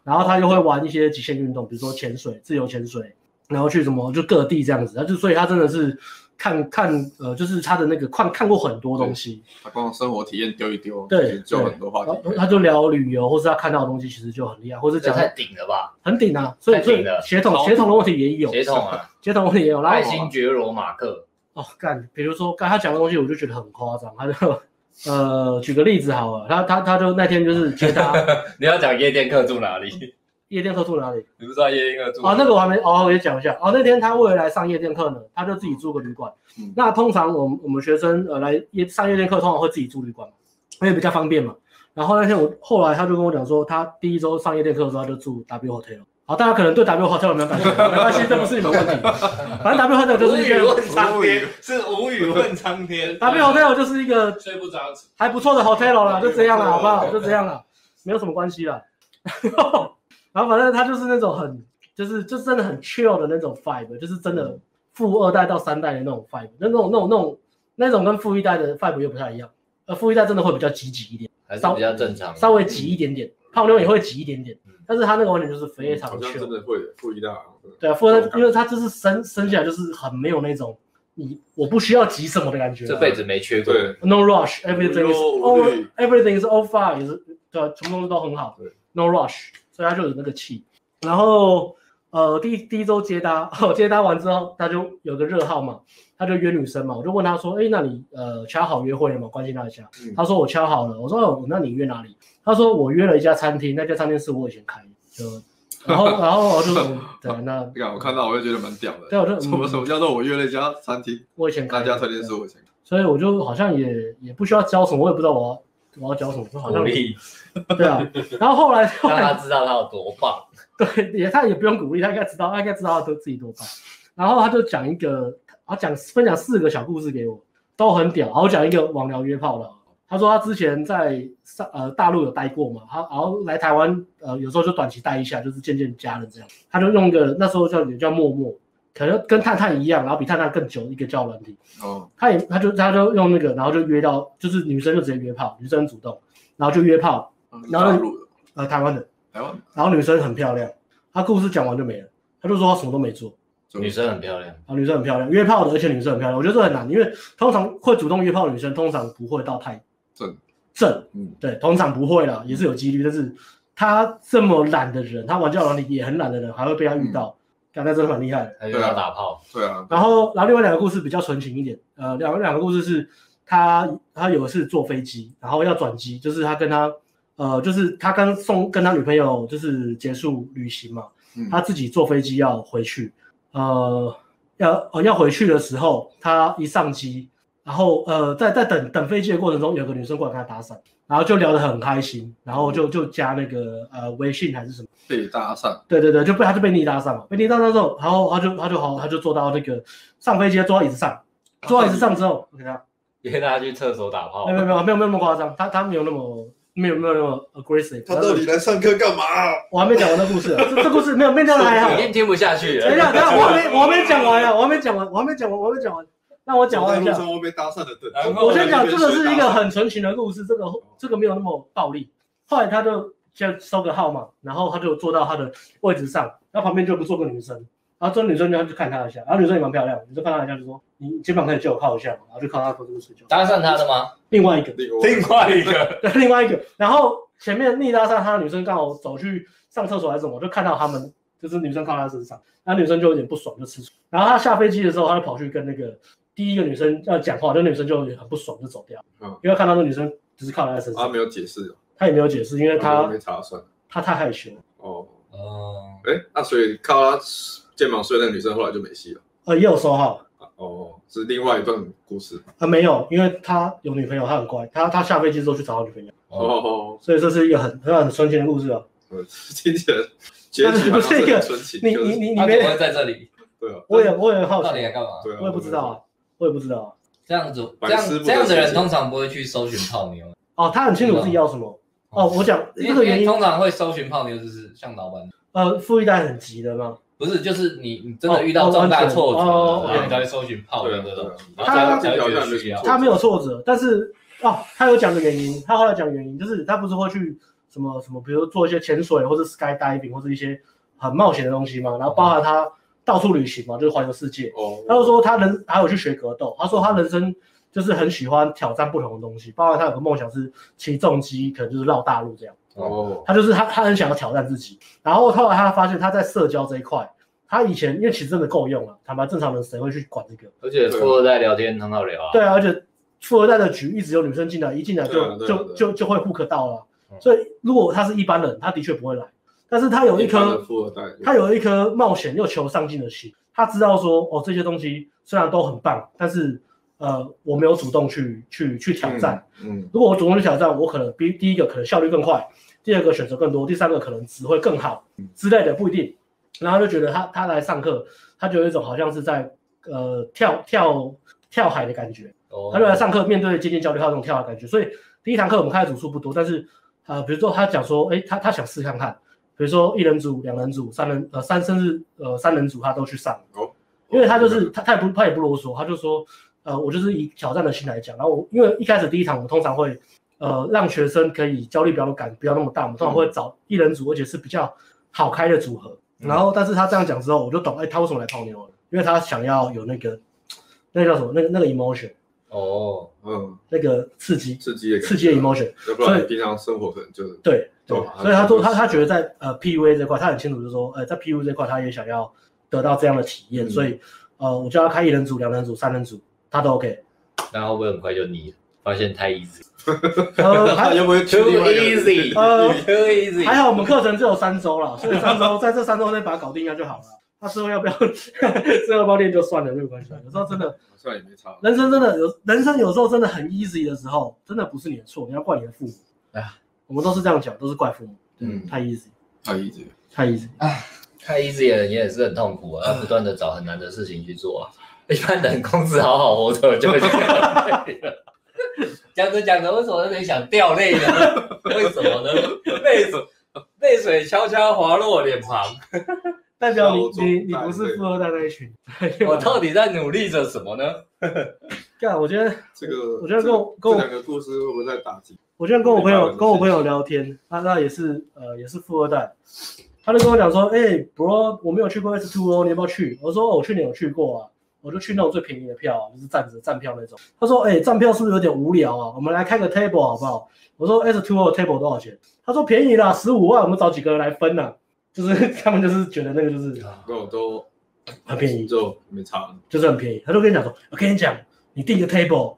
然后他又会玩一些极限运动，比如说潜水、自由潜水，然后去什么就各地这样子。他就所以他真的是看看呃，就是他的那个看看过很多东西。他光生活体验丢一丢，对哦其实就有很多话然后题可以。他就聊旅游，或是他看到的东西，其实就很厉害，或是这讲太顶了吧，很顶啊，所以太所以顶了协同超协同的问题也有，协同啊，协同问题也有。然爱后新觉罗马克，哦干，比如说干他讲的东西，我就觉得很夸张，他就呃举个例子好了，他他他就那天就是 <laughs> 接他你要讲夜店客住哪里？夜店课住哪里你不知道夜店客住嗯啊？那个我还没哦，我也讲一下哦。那天他为了来上夜店课呢，他就自己住个旅馆。嗯那通常我们我们学生呃来夜上夜店课，通常会自己住旅馆嘛，因为比较方便嘛。然后那天我后来他就跟我讲说，他第一周上夜店课的时候他就住 W Hotel。好，大家可能对 W Hotel 有没有感觉？ <laughs> 没关系，这不是你们问题。反正 W Hotel 就是啊一个苍天，是无语问苍天 W Hotel 就是一个睡不着，还不错的 hotel 啦，就这样啦，好不好？就这样啦，没有什么关系啦。 <laughs> 然后反正他就是那种很，就是就真的很 chill 的那种 vibe，就是真的富二代到三代的那种 vibe，那种那种那种那种跟富一代的 vibe 又不太一样。呃，富一代真的会比较积极一点，还是稍比较正常的。嗯稍微挤一点点，泡妞也会挤一点点，但是他那个完全就是非常好像 chill 啊真。的会不一样。嗯对啊，富二代，因为他就是生生下来就是很没有那种你我不需要急什么的感觉啊、这辈子没缺过。对， no rush，everything is 无忧 all 无虑 everything is all fine，也是对啊，全部东西都很好对，no rush，所以他就有那个气。然后呃，第一第一周接搭， <laughs> 我接搭完之后，他就有个热号嘛，他就约女生嘛，我就问他说，哎，那你呃敲好约会了吗？关心他一下。嗯他说我敲好了，我说哦，那你约哪里？他说我约了一家餐厅，那家餐厅是我以前开的，就然 <laughs> 后然后我就嗯对那你看我看到我就觉得蛮屌的。对我就什么嗯什么叫做我约了一家餐厅，我以前开那的家餐厅是我请的，所以我就好像也也不需要教什么，我也不知道我要我要教什么，就好像鼓励， <laughs> 对啊。然后后来后让他来知道他有多棒，对也他也不用鼓励，他应该知道，他应该知道他都自己多棒。然后他就讲一个，他讲分享四个小故事给我，都很屌。然后我讲一个网聊约炮的，他说他之前在上呃大陆有待过嘛，他然后来台湾呃有时候就短期待一下，就是见见家人这样。他就用一个那时候叫也叫陌陌，可能跟探探一样，然后比探探更久一个叫软体。哦，他也他就他就用那个，然后就约到，就是女生就直接约炮，女生主动，然后就约炮，然后大陆的，呃，台湾的，台湾的然后女生很漂亮，他故事讲完就没了，他就说他什么都没做，就女生很漂亮，然后女生很漂亮，约炮的，而且女生很漂亮，我觉得这很难，因为通常会主动约炮的女生通常不会到太正正，嗯对，通常不会啦，也是有几率，但是他这么懒的人，他玩交友软体也很懒的人，还会被他遇嗯到，感觉真的蛮厉害的。他就要打炮，对啊，然后，然后另外两个故事比较纯情一点。呃，两个两个故事是他他有一次坐飞机，然后要转机，就是他跟他呃，就是他刚送跟他女朋友就是结束旅行嘛，嗯他自己坐飞机要回去，呃，要呃要回去的时候，他一上机，然后呃在在等等飞机的过程中，有个女生过来跟他搭讪，然后就聊得很开心，然后就就加那个呃微信还是什么。被搭讪，对对对，就被他就被逆搭上了，被逆搭上之后，然后他就他就好，他就坐到那个上飞机坐到椅子上，坐到椅子上之后，你看，约他去厕所打炮啊没，有没有没有没有那么夸张，他他没有那么没有没有那么 aggressive，他到底来上课干嘛、我还没讲完那故事、啊，这这故事没有没讲的还好已，经听不下去等一了。下等一下，我还没我还没讲完啊，我还没讲完，我还没讲完，我还没讲完，让我讲我在完一路下。上会被搭讪的等。然后我先哦讲，这个是一个很纯情的故事，这个这个没有那么暴力。后来他就先收个号码，然后他就坐到他的位置上，然后旁边就坐个女生，然后这女生就就看他一下，然后女生也蛮漂亮的，女生看他一下就说：“你肩膀可以借我靠一下吗？”然后就靠他脖子睡觉。搭上他的吗？ <laughs> 另外一个，另另外一个，对，另外一个，然后前面逆搭上他的女生刚好走去上厕所还是什么，我就看到他们就是女生靠他身上，然后女生就有点不爽，就吃醋。然后他下飞机的时候，他就跑去跟那个第一个女生要讲话，那女生就很不爽，就走掉。嗯因为看到那女生只是靠在他身他上，没有解释，他也没有解释，因为啊我他没查算了他太害羞了。哦，呃哦，哎，那所以靠他肩膀睡的女生后来就没戏了，呃，也有收号，哦，是另外一段故事，呃，没有，因为他有女朋友，他很乖，他他下飞机之后去找他女朋友，哦，所以这是一个很很很纯情的故事哦。呃听起来结局好像是很纯情，你就是你你你他怎么没，会在这里？对啊，我也我也 <laughs> 很好奇到，底来干嘛？对啊，我也不知道啊，我也不知道啊。这样子，百这思样不得这样的其人解通常不会去搜寻泡妞，哦，他很清楚自己要什么。哦，我讲这因个为因原为因，通常会搜寻泡妞就是像老板，呃，富一代很急的嘛。不是就是你你真的遇到重大挫折哦哦了，哦然后你才会搜寻泡对妞啊这对种，啊，然后才他才会觉得需要。他没有挫折，但是哦，他有讲个原因，他后来讲原因就是他不是会去什么什么，比如说做一些潜水或者 skydiving 或者一些很冒险的东西嘛，然后包含他到处旅行嘛，就是环游世界。哦，他就说他人还有去学格斗，他说他人生就是很喜欢挑战不同的东西，包括他有个梦想是骑重机，可能就是绕大陆这样。哦，他就是他，他很想要挑战自己。然后后来他发现他在社交这一块，他以前因为其实真的够用了，坦白正常人谁会去管这个？而且富二代聊天很好聊啊，啊对啊，而且富二代的局一直有女生进来，一进来就、对啊对啊就对啊就就会 hook 到了嗯。所以如果他是一般人，他的确不会来，但是他有一般的颗富二代，他有一颗冒险又求上进的心，他知道说哦这些东西虽然都很棒，但是呃我没有主动去去去挑战。嗯，如果我主动去挑战，我可能第第一个可能效率更快，第二个选择更多，第三个可能值会更好之类的，不一定。然后他就觉得他他来上课，他就有一种好像是在呃跳跳跳海的感觉。哦他就来上课，面对接近焦虑，他有这种跳海的感觉。所以第一堂课我们开的组数不多，但是呃，比如说他讲说，哎，他他想试看看，比如说一人组、两人组、三人呃三甚至呃三人组他都去上。因为他就是他，他也不他也不啰嗦，他就说，呃，我就是以挑战的心来讲，然后我因为一开始第一堂我通常会，呃，让学生可以焦虑不要那么感不要那么大，我们通常会找一人组，而且是比较好开的组合。然后，但是他这样讲之后，我就懂，哎，他为什么来泡妞了？因为他想要有那个那个叫什么？那个那个 emotion，哦，嗯，那个刺激刺激的感觉刺激的 emotion，要不然你平常生活可能就是对对懂，所以他说就是他他觉得在呃 PUA 这块，他很清楚，就是说呃在 PUA 这块，他也想要得到这样的体验，嗯所以呃我叫他开一人组、两人组、三人组，他都 <laughs> OK。那会不会很快就腻了？发现太 easy，呃，还他又不会去 too 另外一个人 easy，too 呃 easy，还好我们课程只有三周了，所以 <laughs> 三周在这三周内把它搞定一下就好了。他之后要不 <laughs> 要之后要不要练就算了，没有关系。有时候真的，好像也没差。人生真的有人生有时候真的很 easy 的时候，真的不是你的错，你要怪你的父母。哎哎，我们都是这样讲，都是怪父母，嗯，太 easy，太 easy 了。太 easy。太 easy E 的人也是很痛苦啊，要不断的找很难的事情去做啊。一般人公司好好活着就会这样累 <laughs> 了讲着讲着，为什么有点想掉泪呢？为什么呢？泪水泪水悄悄滑落我脸庞，代表你高中你你代不是对富二代那一群。我到底在努力着什么呢？干，我觉得这个我觉得跟我这个跟我这两个故事会不会在打击？我今天跟我朋没办友法跟我朋友聊天，他他也是呃也是富二代，他就跟我讲说，哎、bro，我没有去过 S Two 哦，你要不要去？我说哦我去年有去过啊，我就去那种最便宜的票、啊，就是站着站票那种。他说，哎、站票是不是有点无聊啊？我们来开个 table 好不好？我说 S Two 哦 table 多少钱？他说便宜啦，十五万，我们找几个人来分呐、就是 <laughs> 他们就是觉得那个就是跟我都很便宜，就没差了。就是很便宜。他就跟你讲说，我跟你讲，你订个 table，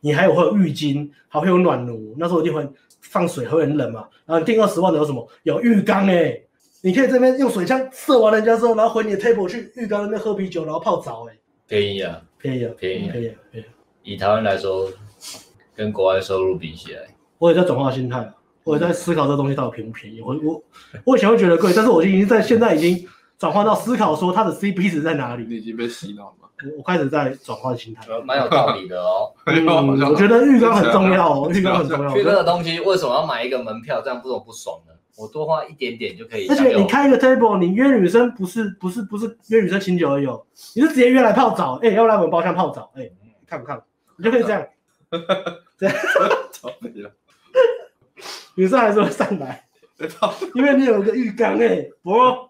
你还有会有浴巾，还会有暖炉，那时候一定会放水，会很冷嘛。然后你订二十万的有什么？有浴缸哎、你可以这边用水枪射完人家之后，然后回你的 table 去浴缸那边喝啤酒，然后泡澡哎、便宜啊，便宜啊，便宜啊便宜啊，便宜啊。以台湾来说，跟国外收入比起来，我也在转化心态啊，我也在思考这东西到底便不便宜。我我我以前会觉得贵，但是我已经在现在已经转换到思考说它的 CP 值在哪里。你已经被洗脑了吗？我我开始在转换心态。蛮有道理的 <laughs> 哦。哎嗯，呦好像我觉得浴缸很重要哦，浴缸很重要。去那个东西为什么要买一个门票？这样不怎么不爽呢？我多花一点点就可以而享且有你开一个 table，你约女生不是不是不是约女生请酒而已哦，你是直接约来泡澡，哎、要不要来我们包厢泡澡，哎、看不看？你就可以这样，超没了。女生还是会上来，哎泡因为你有个浴缸哎、不，哦，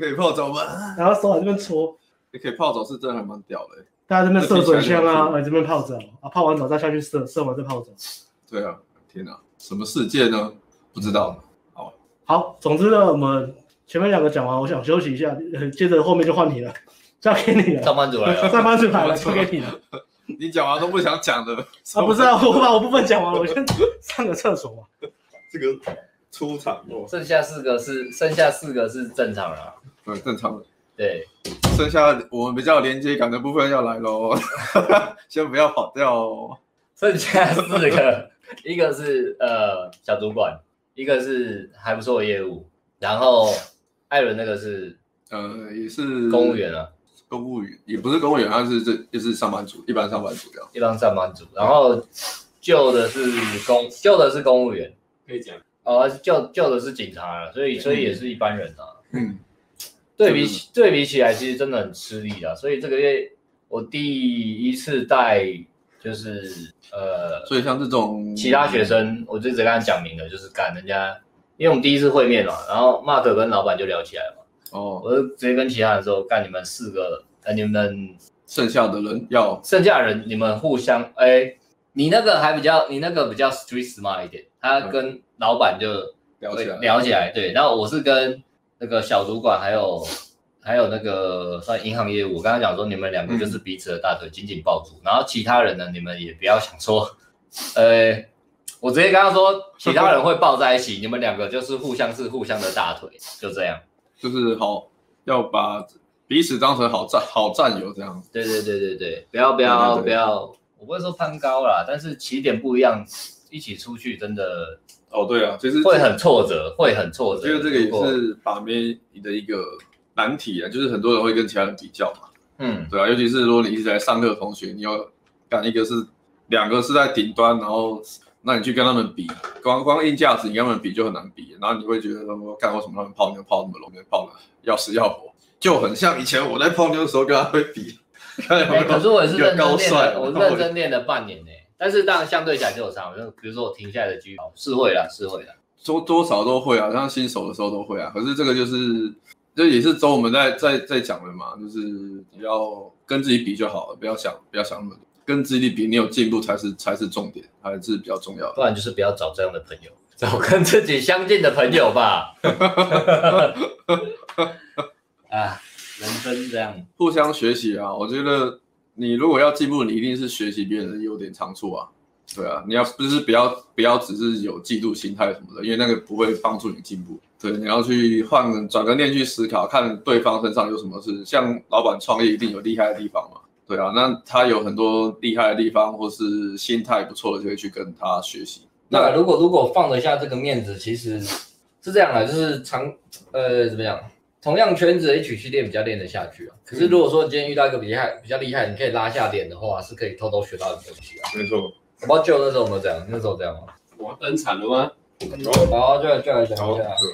可以泡澡吗？然后手往这边搓，你可以泡澡是真的还蛮屌的欸。大家这边射水那听起来枪就啊，很哎、这边泡澡啊，泡完澡再下去射，射完再泡澡。对啊，天哪，什么世界呢？不知道。好，总之呢，我们前面两个讲完，我想休息一下，呃接着后面就换你了，交给你了，上班族来了，上班去 <laughs> 来了，交给你了。你讲完都不想讲的。啊，不是 <laughs> 啊，我把我部分讲完了，我先上个厕所嘛。这个出场哦，剩下四个是剩下四个是正常人啊。对，正常的。对，剩下我们比较有连接感的部分要来喽， <laughs> 先不要跑掉哦。剩下四个， <laughs> 一个是呃小主管，一个是还不错的业务，然后艾伦那个是呃，也是公务，员啊，公务员也不是公务员，他是这就是上班族，一般上班族这样。一般上班族，然后旧的是公旧的是公务员，可以讲，哦旧旧的是警察啊，所以所以也是一般人啊。嗯，对比起对比起来，其实真的很吃力啊。所以这个月我第一次带就是呃所以像这种其他学，生，我就直接跟他讲明了，就是干人家，因为我们第一次会面嘛，然后 Mark 跟老板就聊起来嘛，哦，我就直接跟其他人说，干你们四个，呃，你们剩下的人要剩下的人你们互相，哎，你那个还比较，你那个比较 street smart 一点，他跟老板就聊起来，聊起来，对，然后我是跟那个小主管还有。还有那个算银行业务，我刚刚讲说你们两个就是彼此的大腿紧紧抱住，然后其他人呢，你们也不要想说， <laughs> 呃，我直接跟他说，其他人会抱在一起，你们两个就是互相是互相的大腿，就这样。就是好要把彼此当成好战好战友这样。对对对对对，不要不要对对对不要，我不会说攀高啦，但是起点不一样，一起出去真的哦，对啊，其实会很挫折，会很挫我折。觉得这个如果也是把妹的一个难题啊，就是很多人会跟其他人比较嘛。嗯，对啊，尤其是如果你一直在上课的同学，你要干一个是两个是在顶端，然后那你去跟他们比，光光硬价值你跟他们比就很难比，然后你会觉得说，干为什么他们泡妞泡那么浓，没泡的要死要活，就很像以前我在泡妞的时候跟他会比，看有 <laughs> 没哎有可是我也是认真有高练帅了，，我认真练了半年呢、但是当然相对起来就有差，就比如说我停下来的机哦会是会啦，是会啦。多多少都会啊，像新手的时候都会啊，可是这个就是。这也是周我们在在在讲的嘛，就是你要跟自己比就好了，不要想不要想那么多，跟自己比，你有进步才是才是重点，还是比较重要不的。然就是不要找这样的朋友，找跟自己相近的朋友 <laughs> 吧。啊，人生这样，互相学习啊，我觉得你如果要进步，你一定是学习别人的优点长处啊。对啊，你要就是不要不要只是有嫉妒心态什么的，因为那个不会帮助你进步。对，你要去换转个念去思考，看对方身上有什么是像老板创业一定有厉害的地方嘛。对啊，那他有很多厉害的地方，或是心态不错的，就会去跟他学习。那如果如果放得下这个面子，其实是这样的，就是常呃怎么讲，同样圈子的一起去练比较练得下去啊。可是如果说你今天遇到一个比较比较厉害，你可以拉下脸的话，是可以偷偷学到的东西啊。没错，我不知道就那时候有没有这样，那时候这样吗？我要登场了吗？啊好，就就来讲一下，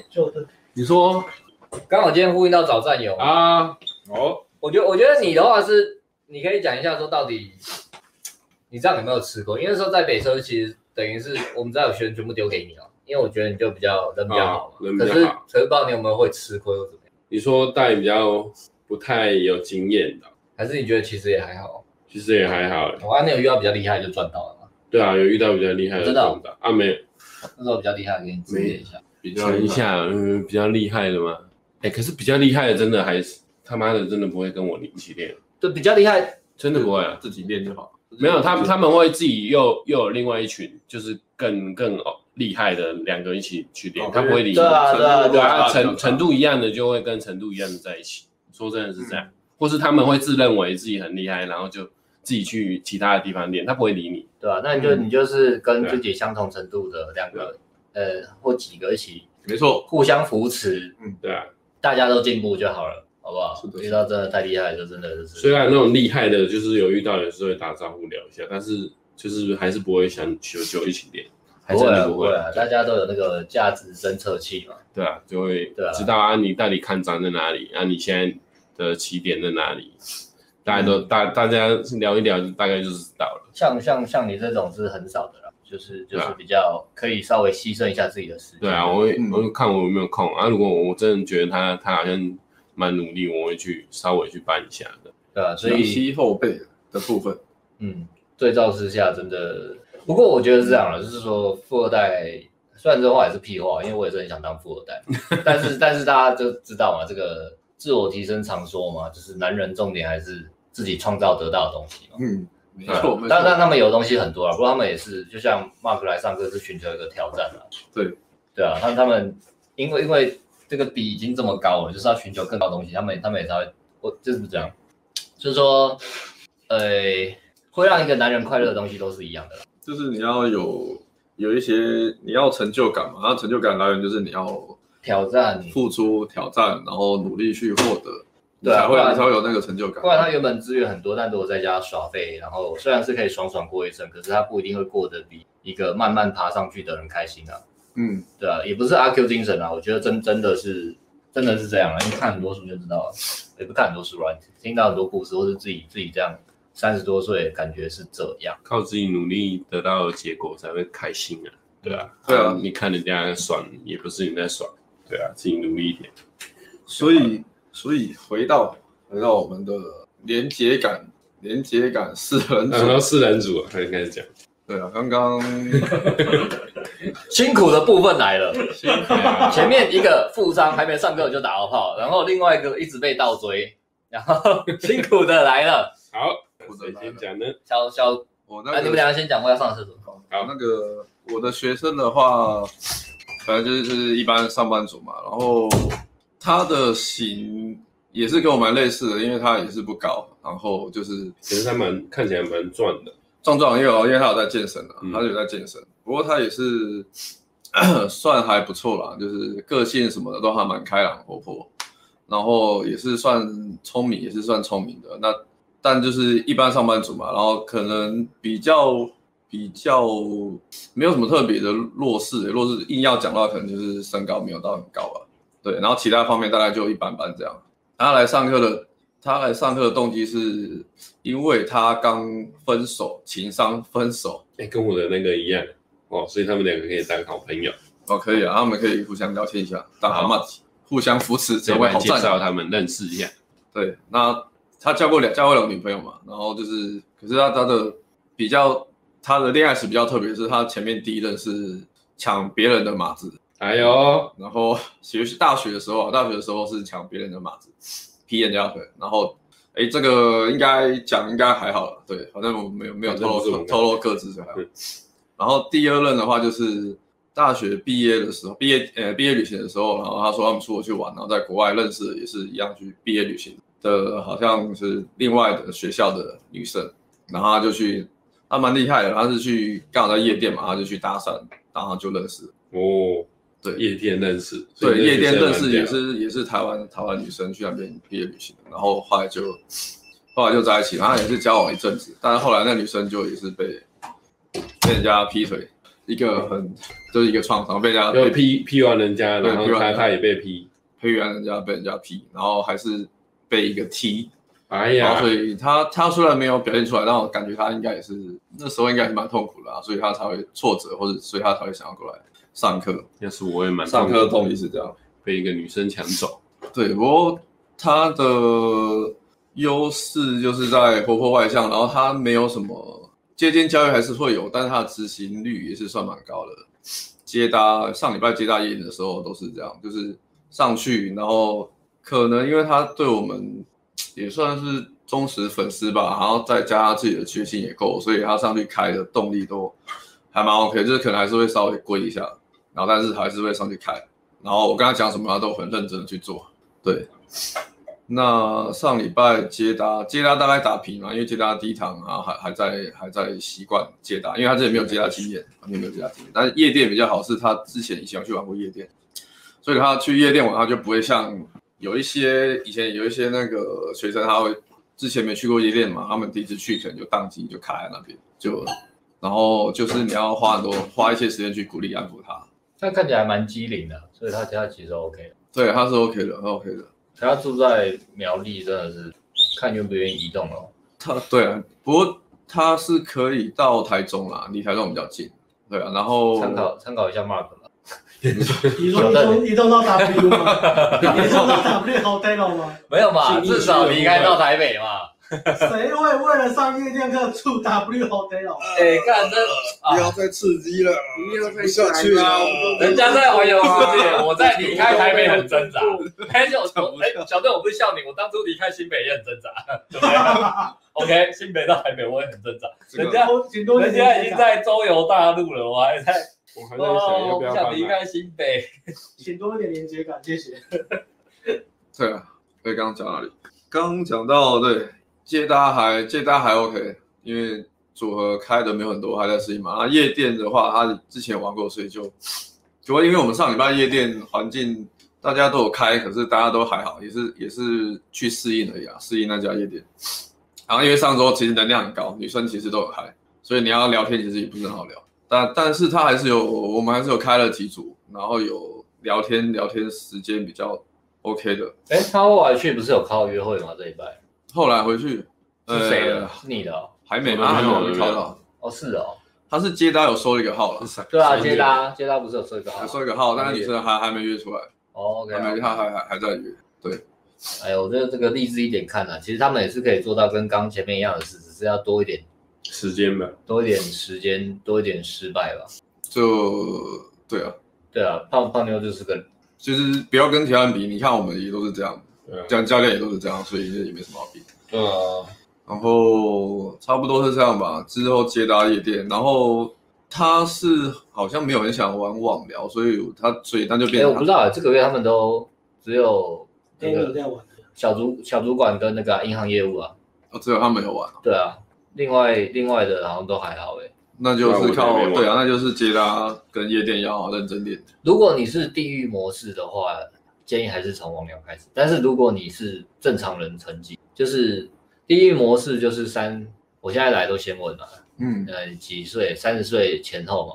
就你说刚好今天呼应到找战友，啊，哦，我觉得我觉得你的话是，你可以讲一下说到底你这样有没有吃过？因为那时候在北车其实等于是我们在有学生全部丢给你了，因为我觉得你就比较人比较好嘛，哦人比可较是好可是不知道你有没有会吃亏或怎么样，你说带比较不太有经验的，还是你觉得其实也还好？其实也还好。我按那有遇到比较厉害就赚到了嘛，对啊，有遇到比较厉害的我知道撞到啊，没那时候比较厉害给你指点一下。比较想一下，嗯，比较厉害的吗？哎、可是比较厉害的真的还是他妈的真的不会跟我一起练，就比较厉害，真的不会啊。自己练就好。没有，他他们会自己又又有另外一群，就是更更哦厉害的两个一起去练，哦他不会理你。对啊对啊对对啊，程程程度一样的就会跟程度一样的在一起。说真的是这样，或是他们会自认为自己很厉害，然后就自己去其他的地方练，他不会理你。啊对吧、那你嗯就、你就是啊跟自己相同程度的两个，呃，或几个一起没错，互相扶持，对啊，大家都进步就好了，好不好是？的遇到真的太厉害的，就真的就是。虽然那种厉害的，就是有遇到也是会打招呼聊一下，但是就是还是不会想久久一起练，还不真会的啊，不不会会。啊，大家都有那个价值侦测器嘛。对啊，就会对啊知道啊，你到底看涨在哪里，啊，你现在的起点在哪里，大家都大大家聊一聊，大概就知道了。像像像你这种是很少的啦，就是就对是啊比较可以稍微牺牲一下自己的时间。对啊，我会、嗯我会看我有没有空啊。如果我真的觉得他他好像蛮努力，我会去稍微去办一下的。对啊，所长以期后辈的部分，嗯，对照之下真的，不过我觉得是这样了，就是说富二代虽然这话也是屁话，因为我也是很想当富二 <laughs> 代，但是但是大家就知道嘛，这个自我提升常说嘛，就是男人重点还是自己创造得到的东西嘛。嗯，没对啊错，没当然错，他们有的东西很多啊，不过他们也是，就像 Mark 来上课是寻求一个挑战啊。对，对啊，他他们因为因为这个比已经这么高了，就是要寻求更高的东西，他们他们也才会，我就是这样，就是说，呃，会让一个男人快乐的东西都是一样的啦。就是你要有有一些你要成就感嘛，那成就感来源就是你要挑战，付出挑战，然后努力去获得，你对啊才不会然你才会有那个成就感。不然他原本资源很多，但如果在家耍废，然后虽然是可以爽爽过一生，可是他不一定会过得比一个慢慢爬上去的人开心啊。嗯，对啊，也不是阿 Q 精神啊，我觉得真真的是真的是这样啊，因为看很多书就知道了，也不看很多书啦，听到很多故事，或是自己自己这样三十多岁感觉是这样，靠自己努力得到的结果才会开心啊，对啊，对啊你看人家爽也不是你在爽，对啊，自己努力一点，所以所以回到回到我们的连结感，连结感四人嗯然后组，四人组啊，他应该是这样，对啊，<laughs> 刚刚辛苦的部分来了， <laughs> 啊 <laughs> 前面一个负伤还没上课就打到炮，然后另外一个一直被倒追，然后 <laughs> 辛苦的来了，好，负责谁哎来先了讲呢？小小我啊，那你个们两个先讲，我要上厕所。好，那个我的学生的话，反正就是就是一般上班族嘛，然后他的型也是跟我蛮类似的，因为他也是不高，然后就是其实他蛮看起来蛮壮的，壮壮也有，因为他有在健身啊，嗯他有在健身，不过他也是 <coughs> 算还不错啦，就是个性什么的都还蛮开朗活泼，然后也是算聪明，也是算聪明的。那但就是一般上班族嘛，然后可能比较比较没有什么特别的弱势、弱势硬要讲的话，可能就是身高没有到很高吧。对，然后其他方面大概就一般般这样。他来上课的，他来上课的动机是因为他刚分手，情商分手哎、跟我的那个一样哦，所以他们两个可以当好朋友。哦，可以啊，他们可以互相聊天一下，当阿妈互相扶持，这成为位好啊介战友绍。他们认识一下。对，那他交过两交过两个女朋友嘛，然后就是，可是他他的比较他的恋爱史比较特别，是他前面第一任是抢别人的马子，哎呦，然后 <laughs> 学习大学的时候啊，大学的时候是抢别人的马子，劈人家腿，然后哎，这个应该讲应该还好了，对，反正我没有没有反透正不是我露们透露各自就还好对。然后第二任的话就是大学毕业的时候，毕业呃毕业旅行的时候，然后他说他们出国去玩，然后在国外认识的也是一样去毕业旅行的，好像是另外的学校的女生，然后他就去，他蛮厉害的，他是去刚好在夜店嘛，他就去搭讪，然后就认识了。哦，对夜店认识，所以对，那夜店学生认识蛮也屌是也是台湾台湾女生去那边毕业旅行，然后后来就后来就在一起，然后也是交往一阵子，但是后来那女生就也是被被人家劈腿，一个很就是一个创伤，被啊人家就被劈批批完人家，对然后批完他人家他也被批，劈完人家被人家劈，然后还是被一个踢，哎然呀后所，以他他虽然没有表现出来，但我感觉他应该也是那时候应该是蛮痛苦的、啊，所以他才会挫折，或者所以他才会想要过来上课，要是我也蛮上课的痛动苦力的是这样。被一个女生抢走，对，不过他的优势就是在活泼外向，然后他没有什么接近教育还是会有，但是他的执行率也是算蛮高的。接搭上礼拜接搭夜演的时候都是这样，就是上去，然后可能因为他对我们也算是忠实粉丝吧，然后再加上自己的决心也够，所以他上去开的动力都还蛮 OK，就是可能还是会稍微跪一下，然后但是还是会上去开。然后我跟他讲什么，他都很认真的去做。对，那上礼拜接搭接搭大概打平嘛，因为接搭第一堂啊还还在还在习惯接搭，因为他之前没有接搭经验，完全没有接搭经验。但是夜店比较好，是他之前以前有去玩过夜店，所以他去夜店玩，他就不会像有一些以前有一些那个学生，他会之前没去过夜店嘛，他们第一次去可能就宕机就卡在那边，就然后就是你要花很多花一些时间去鼓励安抚他。他看起来蛮机灵的，所以他家其实 OK 的。对，他是 OK 的他，OK 的。他住在苗栗，真的是看愿不愿意移动了。他对啊，不过他是可以到台中啦，离台中比较近。对啊，然后参考参考一下 Mark 吧。移动移动移动到 <laughs> W 吗？移动到 W hotel 吗？没有嘛，信义区至少离开到台北嘛。谁会为了上夜店课住 W hotel？哎，看这不要再刺激了，不要再不下去了，人家在环游啊世界，我在离开台北很 <laughs> 挣扎。哎，小 <laughs> 哎，小邓，我不是笑你，我当初离开新北也很挣扎， <laughs> 对啊不对？OK，新北到台北我也很挣扎，这人个家挺多人家已经在周游大陆了，我还在我还哦，我不想离开新北。请多一点连接感，谢谢。对啊，对，刚刚讲哪里？刚刚讲到对，接搭还接搭还 OK，因为组合开的没有很多，还在适应嘛。那夜店的话，他之前玩过，所以就主要因为我们上礼拜夜店环境大家都有开，可是大家都还好，也是也是去适应而已啊，适应那家夜店。然后因为上周其实能量很高，女生其实都有开，所以你要聊天其实也不是很好聊。但但是他还是有，我们还是有开了几组，然后有聊天聊天时间比较 OK 的。哎，他后来去不是有靠约会吗？这一拜后来回去，是谁呃的？是你的哦？还没我吗？的还朋没友有没对敲不到。哦，是哦，他是接搭有收一个号了，对啊，接搭接搭不是有这个号有收一个号，但是女生还还没约出来，哦？OK，还没啊他还还还在约。哎呦，我觉得这个励志一点看啊，其实他们也是可以做到跟刚前面一样的事，只是要多一点时间吧，多一点时间，多一点失败吧。就对啊，对啊，胖胖妞就是个就是不要跟其他人比，你看我们也都是这样，对啊讲教练也都是这样，所以也没什么好比。对嗯啊，然后差不多是这样吧。之后接搭夜店，然后他是好像没有很想玩网聊，所以他所以他就哎、变我不知成道啊，这个月他们都只有那跟我个在玩，小主小主管跟那个啊银行业务啊，哦只有他没有玩，对啊，另外另外的好像都还好哎、那就是对啊靠我也没玩对啊，那就是接搭跟夜店要好好认真练。如果你是地域模式的话，建议还是从网聊开始。但是如果你是正常人成绩，就是地域模式就是三，我现在来都先问嘛，嗯，呃，几岁？三十岁前后嘛。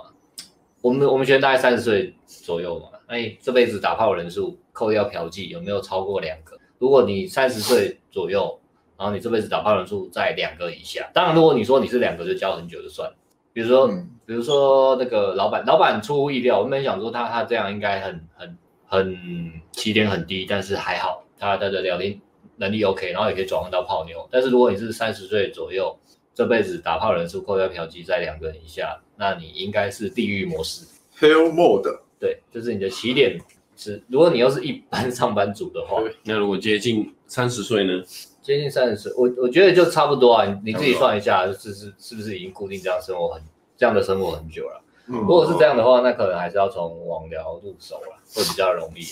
我们我们学生大概三十岁左右嘛。那你这辈子打炮人数扣掉嫖妓，有没有超过两个？如果你三十岁左右，然后你这辈子打炮人数在两个以下，当然如果你说你是两个就交很久就算了。比如说，嗯比如说那个老板，老板出乎意料，我们本来想说他他这样应该很很很起点很低，但是还好他他的聊天能力 OK，然后也可以转换到泡妞。但是如果你是三十岁左右，这辈子打炮人数扣掉嫖妓在两个人以下，那你应该是地狱模式。 Hell Mode，对，就是你的起点是，如果你又是一般上班族的话，那如果接近三十岁呢？接近三十岁，我我觉得就差不多啊。你你自己算一下，就是是是不是已经固定这样生活很这样的生活很久了？嗯如果是这样的话，那可能还是要从网聊入手了，会比较容易。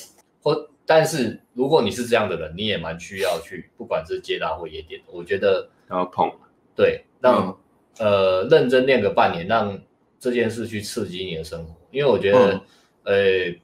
或但是如果你是这样的人，你也蛮需要去，不管是接搭或夜店，我觉得然后碰，对，嗯让、呃认真练个半年，让这件事去刺激你的生活。因为我觉嗯得，呃，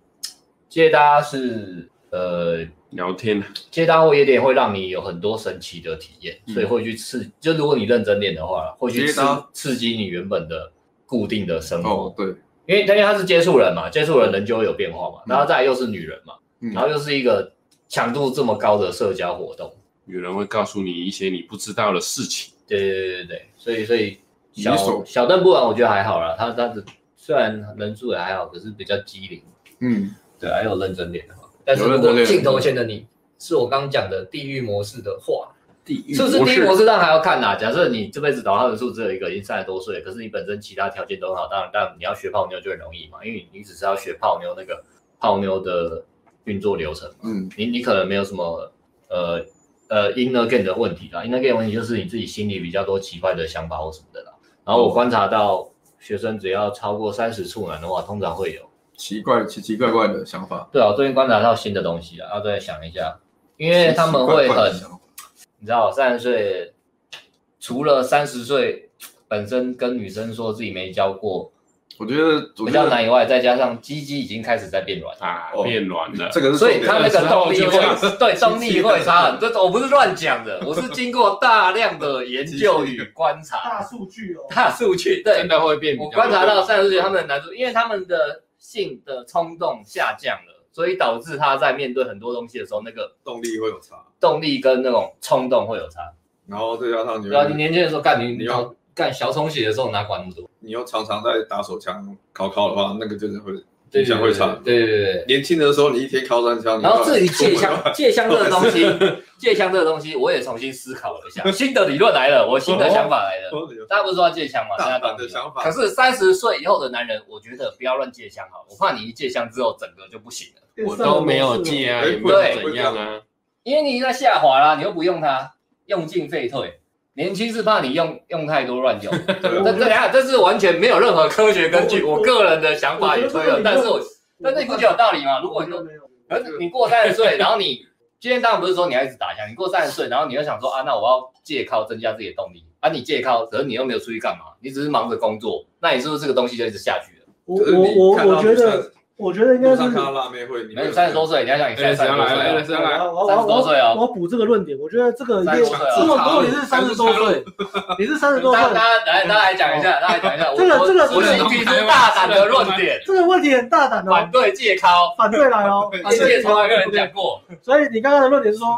接搭是呃聊天，接单或夜店会让你有很多神奇的体验，所以会去刺，就如果你认真练的话，会去刺接嗯搭刺激你原本的固定的生活，哦，对，因为因为他是接触人嘛，接触人人就会有变化嘛，嗯然后再来又是女人嘛，嗯然后又是一个强度这么高的社交活动，有人会告诉你一些你不知道的事情。对对对对对，所以所以你小手小邓不玩我觉得还好啦，他他的虽然人数也还好，可是比较机灵，嗯，对，还有认真练的话，但但是有如认真果练镜头前的你是我刚讲的地狱模式的话，地狱是不是模第一式模式上还要看呐、假设你这辈子打炮人数只有一个，已经三十多岁了，可是你本身其他条件都很好，当然，当然你要学泡妞就很容易嘛，因为你只是要学泡妞那个泡妞的运作流程嘛，嗯，你你可能没有什么呃呃 inner game 的问题啦，inner game 的问题就是你自己心里比较多奇怪的想法或什么的啦。然后我观察到学生只要超过三十处男的话，通常会有。奇怪奇奇怪怪的想法，对啊，我最近观察到新的东西了，啊要再想一下，因为他们会奇奇怪怪很的想法你知道，三十岁除了三十岁本身跟女生说自己没交过我觉得比我觉较得难以外，再加上鸡鸡已经开始在变软，啊哦，变软了。这个是所以重点啊他那个动力有时候就会对动力会差很多。这我不是乱讲的，我是经过大量的研究与观察大数据哦，大数据。对，真的会变比较。我观察到三十岁他们的男主，因为他们的性的冲动下降了，所以导致他在面对很多东西的时候，那个动力会有差，动力跟那种冲动会有差。然后再加上你对啊，你又年轻的时候干你你你要干小冲洗的时候哪管那么多？你又常常在打手枪、烤烤的话，那个就是会对影响会差。对对对对对。年轻的时候你一天烤三枪，你然后怕至于出借门枪， <laughs> 借枪这个东西， <laughs> 借枪这个东西，我也重新思考了一下，新的理论来 <laughs> 了，我新的想法来了。大家不是说要戒枪嘛，现在大当胆的兵想法可是三十岁以后的男人，我觉得不要乱戒枪哈，我怕你一戒枪之后整个就不行了，我都没有戒啊，哎也没有怎样啊。因为你在下滑啦，你又不用它，用进废退。年轻是怕你用用太多 <laughs> 乱用，啊这这等一下这是完全没有任何科学根据，我我个人的想法与推论，啊但是我但是你不觉得有道理吗？如果你都都没有，可是你过三十岁，然后你今天当然不是说你要一直打枪，你过三十岁，然后你又想说啊，那我要借靠增加自己的动力啊，你借靠，可是你又没有出去干嘛，你只是忙着工作，那你是不是这个东西就一直下去了？我我我我觉得，我觉得应路该是上看到辣妹会，你会们三十多岁，你要想你现在哎，谁三要十多来了？哎岁、啊，谁要来？我三十多岁我哦。要补这个论点，我觉得这个一三十定多岁如哦，果如果你是三十多岁，你是三十多大家岁，大家来大家来讲一下，大家来讲一下，我这个我这个我是提出大胆的论点，这个问题很大胆哦反，对借靠，反对来哦，反业界对从来没有人讲过，所以你刚刚的论点是说，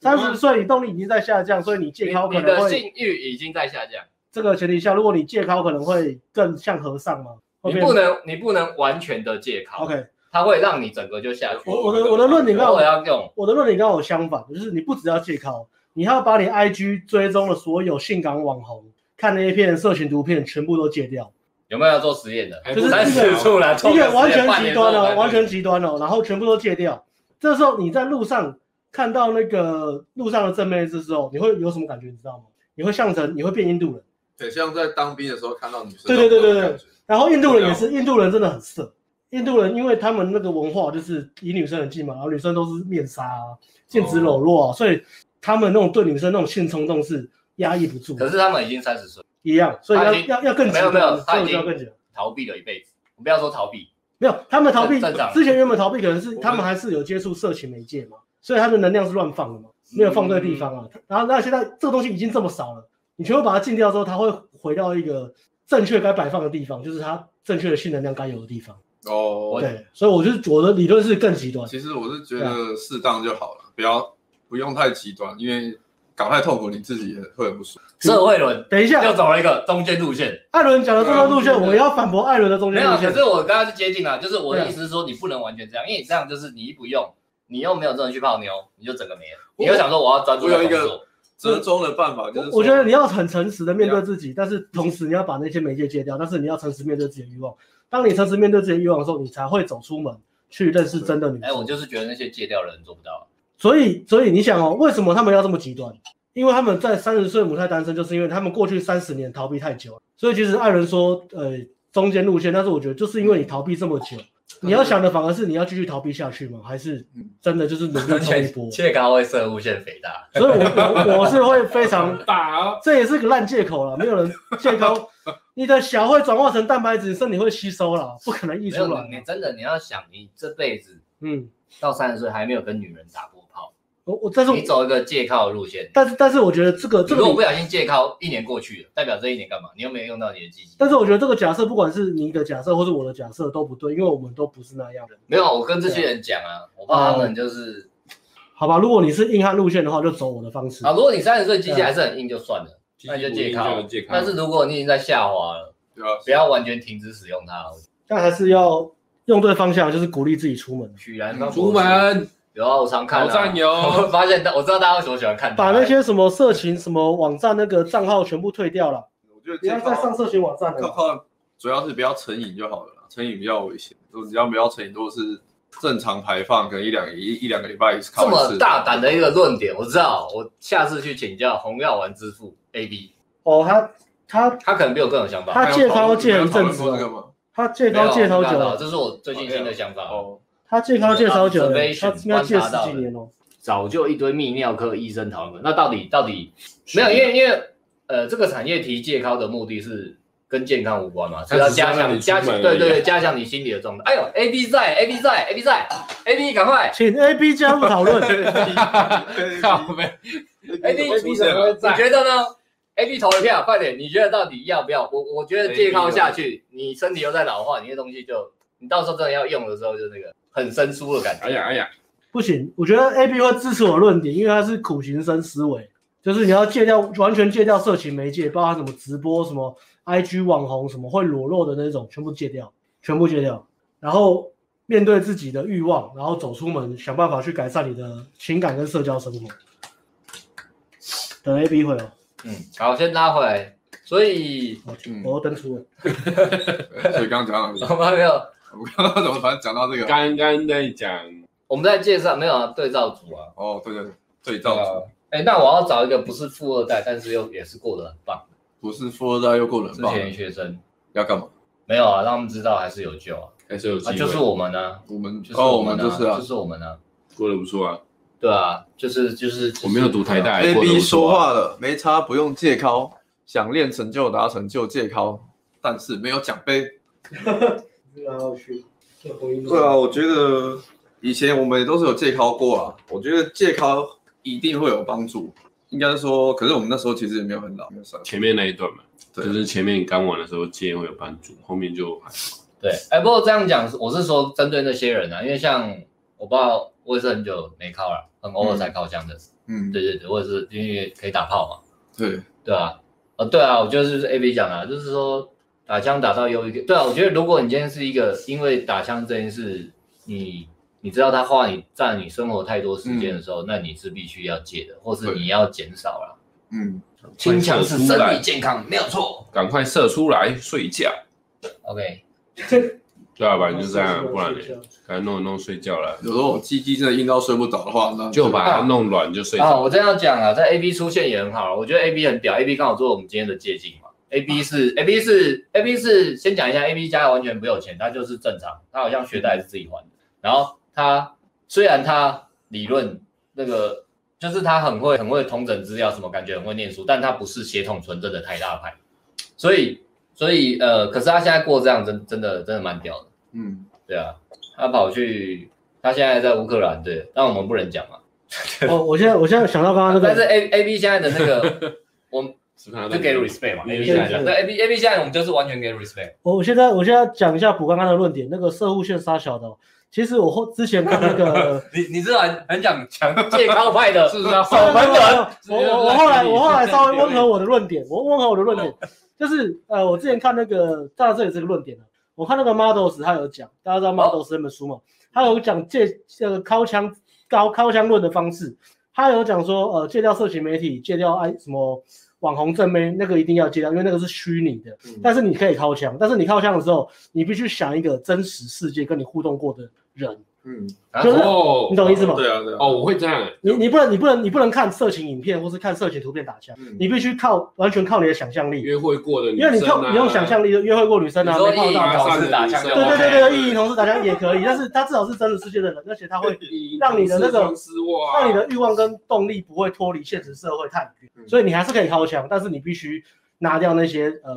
三十岁你动力已经在下降，所以你你戒高可你能的会性欲已经在下降，这个前提下，如果你戒高可能会更像和尚嘛，会你变不能你不能完全的借靠， OK。它会让你整个就下去。我我的我的论点刚我好要用我的论点刚好相反，就是你不只要借靠，你还要把你 IG 追踪的所有性感网红、看那些片、色情图片全部都戒掉，有没有要做实验的？哎就是不三然十谁要处啦，一做个个完实全验半极年之后端才哦，能完全极端哦，然后全部都戒掉。这时候你在路上看到那个路上的正妹的时候，你会有什么感觉？你知道吗？你会像成，你会变印度人。对，像在当兵的时候看到女生，对对对对那对种感觉，然后印度人也是，印度人真的很色。印度人因为他们那个文化就是以女生很近嘛，然后女生都是面纱啊、禁止裸哦露啊，所以他们那种对女生那种性冲动是压抑不住的可。是他们已经三十岁，一样，所以他要已经要要更极没有端，没有所他以已我就经要更极端。逃避了一辈子。我不要说逃避，没有，他们逃避正正常之前原本逃避可能是们他们还是有接触色情媒介嘛，所以他的能量是乱放的嘛，没有放对地方啊。然后那现在这个东西已经这么少了，你全部把它禁掉之后，它会回到一个正确该摆放的地方，就是它正确的性能量该有的地方。哦，对，所以我就是我的理论是更极端。其实我是觉得适当就好了，不要不用太极端，因为搞太痛苦，你自己也会很不舒服。社会轮等一下，又走了一个中间路线，艾伦讲的这条路线，我要反驳艾伦的中没间有，路可线。啊是我刚刚是接近了，就是我的意思是说，你不能完全这样，因为你这样就是你一不用，你又没有真的去泡妞，你就整个没了。你又想说我要专注在工我有一作，折中的办法就是说，我觉得你要很诚实的面对自己，但是同时你要把那些媒介戒掉，但是你要诚实面对自己的欲望。当你诚实面对自己的欲望的时候，你才会走出门去认识真的女哎，我生。就是觉得那些戒掉的人做不到。所以，所以你想哦，为什么他们要这么极端？因为他们在三十岁母胎单身，就是因为他们过去三十年逃避太久了。所以其实艾伦说，呃，中间路线，但是我觉得就是因为你逃避这么久，你要想的反而是你要继续逃避下去吗？还是真的就是努力冲一 <laughs> 波？切糕会射物线肥大， <laughs> 所以我我我是会非常打哦，这也是个烂借口了，没有人借口。你的小会转化成蛋白质，身体会吸收了，不可能溢没出有你来。真的你要想，你这辈子嗯，到三十岁还没有跟女人打过炮，我我但是你走一个借靠的路线，但是但是我觉得这个这如果不个，小心借靠一年过去了，代表这一年干嘛？你又没有用到你的积极。但是我觉得这个假设，不管是你的假设或是我的假设都不对，因为我们都不是那样的人，没有，我跟这些人讲啊，我怕他们就是好吧？如果你是硬汉路线的话，就走我的方式啊，。如果你三十岁机器还是很硬就算了，哎那就借靠借靠。但是如果你已经在下滑了，对吧？不要完全停止使用它。但还是要用对方向，就是鼓励自己出门，许然方嗯出门有啊，我常看挑啊战，<laughs> 有我。会发现我知道大家为什么喜欢看它把那些什么色情什么网站那个账号全部退掉了，我觉得不这要再上色情网站靠了。靠，主要是不要成瘾就好了啦，成瘾比较危险。如果只要不要成瘾，如果是正常排放，可能一两一一两个礼拜一次靠这一么次。大胆的一个论点，我知道，我下次去请教红药丸之父 A B，哦，他他他可能比我更有想法。他戒高戒很正没有讨论直过这个吗？他戒高戒好久没有了那。这是我最近新的想法。哦，他戒高戒超久了，他 Observation 应该戒十几年哦。早就一堆泌尿科医生讨论过，那到底到底没有？因为因为呃，这个产业提健康的目的是跟健康无关嘛，是要加强它只加是让你出门强而已对对对，加强你心理的状态。哎呦，A B 在 A B 在 A B 在 A B 赶快请 A B 加入讨论， <laughs> 靠背， A B 出现了你觉得呢？A B 投一票，快点！你觉得到底要不要？我我觉得健康下去，你身体又在老化，你那东西就你到时候真的要用的时候，就那个很生疏的感觉。哎呀哎呀，不行，我觉得 A B 会支持我论点，因为他是苦行僧思维，就是你要戒掉完全戒掉色情媒介，包括什么直播、什么 I G 网红、什么会裸露的那种，全部戒掉，全部戒掉，然后面对自己的欲望，然后走出门，想办法去改善你的情感跟社交生活。等 A B 会哦，嗯，好，先拉回来。所以嗯我要登出了。所以刚刚讲到哪里，我们没有我刚刚怎么反正讲到这个？刚刚在讲我们在介绍没有啊？对照组啊，哦，对对对，对对照啊。哎、那我要找一个不是富二代，但是又也是过得很棒，不是富二代又过得很之棒，前学生要干嘛？没有啊，让他们知道还是有救啊，还是有机啊会，就是我们呢、我们就是哦，我们们啊就是啊就是我们呢、过得不错啊。对啊，就是就是，我没有读台大， ，A 过得 B 不错说啊话了，没差，不用借靠，想练成就达成就借靠，但是没有奖杯。然后去这回应对啊，我觉得以前我们也都是有戒考过啊，我觉得戒考一定会有帮助。应该说，可是我们那时候其实也没有很老，没有算前面那一段嘛，对就是前面刚玩的时候戒烟会有帮助，后面就还好对，哎、不过这样讲，我是说针对那些人啊，因为像我不知道，我也是很久没靠了，很偶尔才靠枪的，嗯，对对对，我也是因为可以打炮嘛，对，对啊，呃，对啊，我就是 A B 讲啊，就是说打枪打到忧郁，对啊，我觉得如果你今天是一个因为打枪这件事，你你知道它花你占你生活太多时间的时候，那你是必须要戒的，或是对你要减少啦。嗯，轻枪是身出来体健康，没有错。赶快射出来睡觉， OK，对啊，反正就这哦样，不然呢，赶快弄一弄睡觉了，有时候我鸡鸡真的硬到睡不着的话，那就把它弄软就睡啊，着。我这样讲啊，在 A B 出现也很好，我觉得 A B 很屌，A B 刚好做我们今天的借镜嘛。A B 是 A B 是 A B 是先讲一下，A B 家完全不有钱，他就是正常，他好像学贷是自己还的。然后他虽然他理论那个就是他很会很会统整资料，什么感觉很会念书，但他不是血统纯正的台大派，所以所以呃，可是他现在过这样真真的真的蛮屌的，嗯，对啊，他跑去他现在在乌克兰，对，但我们不能讲嘛。 <laughs> 哦，我现在我现在想到刚刚那但是个， <laughs> A A B 现在的那个，我是看他就在给 respect 嘛，A B 对现在对讲，对 A B A B 现在我们就是完全给 respect，哦我我现在我现在讲一下补刚刚的论点，那个射户线杀小的哦、其实我后之前看 <laughs> 那个你你是很很讲 <laughs> 强健康派的，是不是啊？没有守没门人，有没有我我我后来我后来稍微温和我的论点，我温和我 <laughs> 的论点，就是呃，我之前看那个，当然这也是个论点了。我看那个 Models 他有讲，大家知哦道 Models 那本书嘛，他有讲戒这个靠枪高靠枪论的方式，他有讲说呃戒掉社群媒体，戒掉爱什么网红正妹那个一定要戒掉，因为那个是虚拟的，嗯但是你可以靠枪，但是你靠枪的时候，你必须想一个真实世界跟你互动过的人，嗯，啊就是哦，你懂我意思吗？对啊，对啊，哦，我会这样，你你不能你不能你不能看色情影片或是看色情图片打枪，嗯你必须靠完全靠你的想象力，约会过的女因为你生靠啊，你用想象力就约会过女生你啊，说没意泡淫到啊，搞事打枪就对对 OK，对对，意淫同事打枪也可以，但是他至少是真实世界的人，而且他会让你的那个同事穿丝袜让你的欲望跟动力不会脱离现实社会太远，所以你还是可以靠墙，但是你必须拿掉那些呃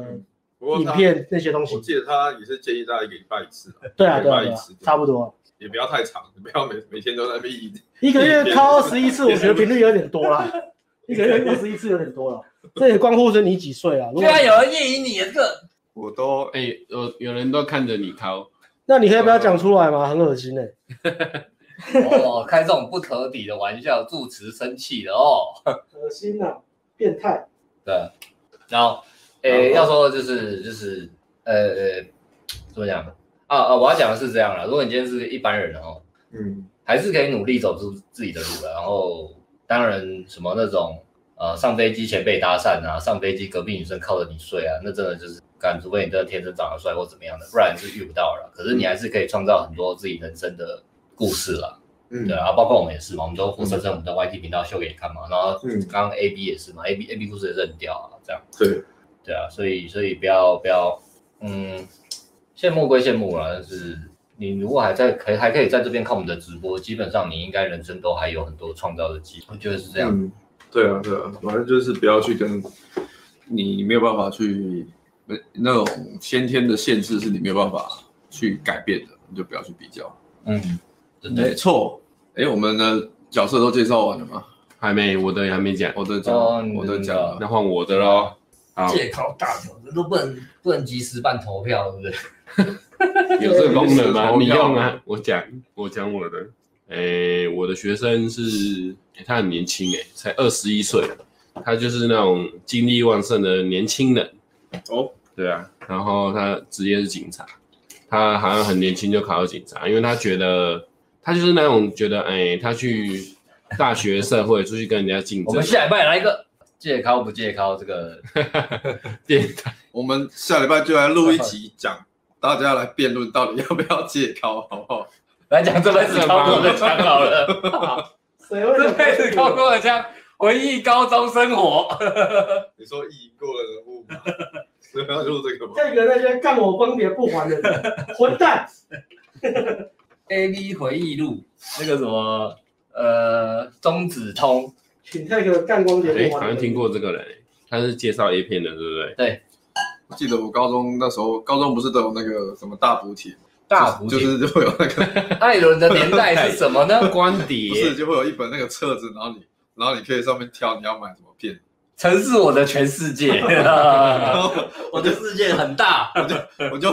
不过影他片那些东西我，记得他也是建议大家一个礼拜一次啊，对啊一个对礼啊拜对一啊次，，差不多啊，也不要太长，不要每每天都在那边一一个月靠二十一次，我觉得频率有点多啦，一个月二十一次有点多了，这也关乎是你几岁啊，如居果然有人意淫你，这我都哎、有有人都看着你掏，那你可以不要讲出来吗？很恶心哎、哦，开这种不可理的玩笑，住持生气了哦。恶心呐、啊，变态。对，然后，诶，要说的就是就是，呃呃，怎么讲呢？啊啊，我要讲的是这样啦，如果你今天是一般人哦，嗯，还是可以努力走出自己的路了。然后，当然什么那种呃，上飞机前被搭讪啊，上飞机隔壁女生靠着你睡啊，那真的就是干，除非你真的天生长得帅或怎么样的，不然是遇不到了。可是你还是可以创造很多自己人生的故事啦。嗯对啊，包括我们也是嘛，我们都活生生我们的 YT 频道秀给你看嘛，然后嗯刚刚 AB 也是嘛，AB AB 故事也是很屌啊，这样。对。对啊，所以所以不要不要，嗯，羡慕归羡慕啦，但是你如果还在可以还可以在这边看我们的直播，基本上你应该人生都还有很多创造的机会，我觉得是这样。嗯，对啊，对啊，反正就是不要去跟你没有办法去没那种先天的限制是你没有办法去改变的，你就不要去比较。嗯，真的。没错，哎，我们的角色都介绍完了吗？还没，我的也还没讲，我都讲哦了，你的我都讲了。那换我的喽。好，借口大头都不能不能及时办投票，对不对？有这个功能吗？投你票用啊！我讲，我讲我的。诶、我的学生是，诶他很年轻诶、才二十一岁，他就是那种精力旺盛的年轻人。哦，对啊，然后他职业是警察，他好像很年轻就考到警察，因为他觉得他就是那种觉得，诶、他去大学社会出去跟人家竞我争们，下礼拜来一个借考不借考这个，变态我们下礼拜就来录一集讲。大家来辩论到底要不要 <laughs> 戒高，好不好？来讲这辈子操作的枪好了，<laughs> 谁会这辈子操作的枪，回忆高中生活。你说意淫过的人物吗？ <laughs> 所以要录这个吗？这个那些干我光碟不还的人混蛋， A V 回忆录，那个什么，呃，中子通，请这个干光碟诶、不哎好还的像人。听过这个人、他是介绍 A 片的，对不对？我记得我高中那时候，高中不是都有那个什么大补帖，大福就就是是就会有那个艾伦的年代是什么 <laughs> 呢？光不碟是，就会有一本那个册子，然后你，然后你可以上面挑你要买什么片。曾是我的全世界，然后 <laughs> 我的世界很大。我就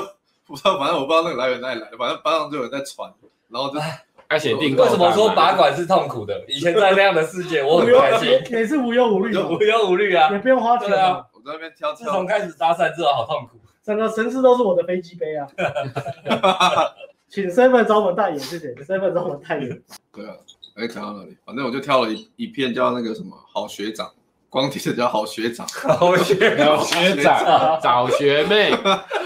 <laughs> 不知道，反正我不知道那个来源哪里来的，反正班上就有人在传，然后就哎而且订购为什么说版嘛拔管是痛苦的？以前在那样的世界，我无很忧开心，也也是无忧无虑 <laughs> 嘛，无忧无虑啊也。不用花钱对啊啊。我在那边挑自从挑，开始搭讪之后，好痛 <laughs> 苦。整个城市都是我的飞机杯 <laughs> 啊。请 seven 找我们代言，谢谢 seven 找我们代言。对啊，哎，讲到哪里？反正我就挑了一一片叫那个什么好学长，光碟叫好学 <laughs> 长，我学找学长、找学妹，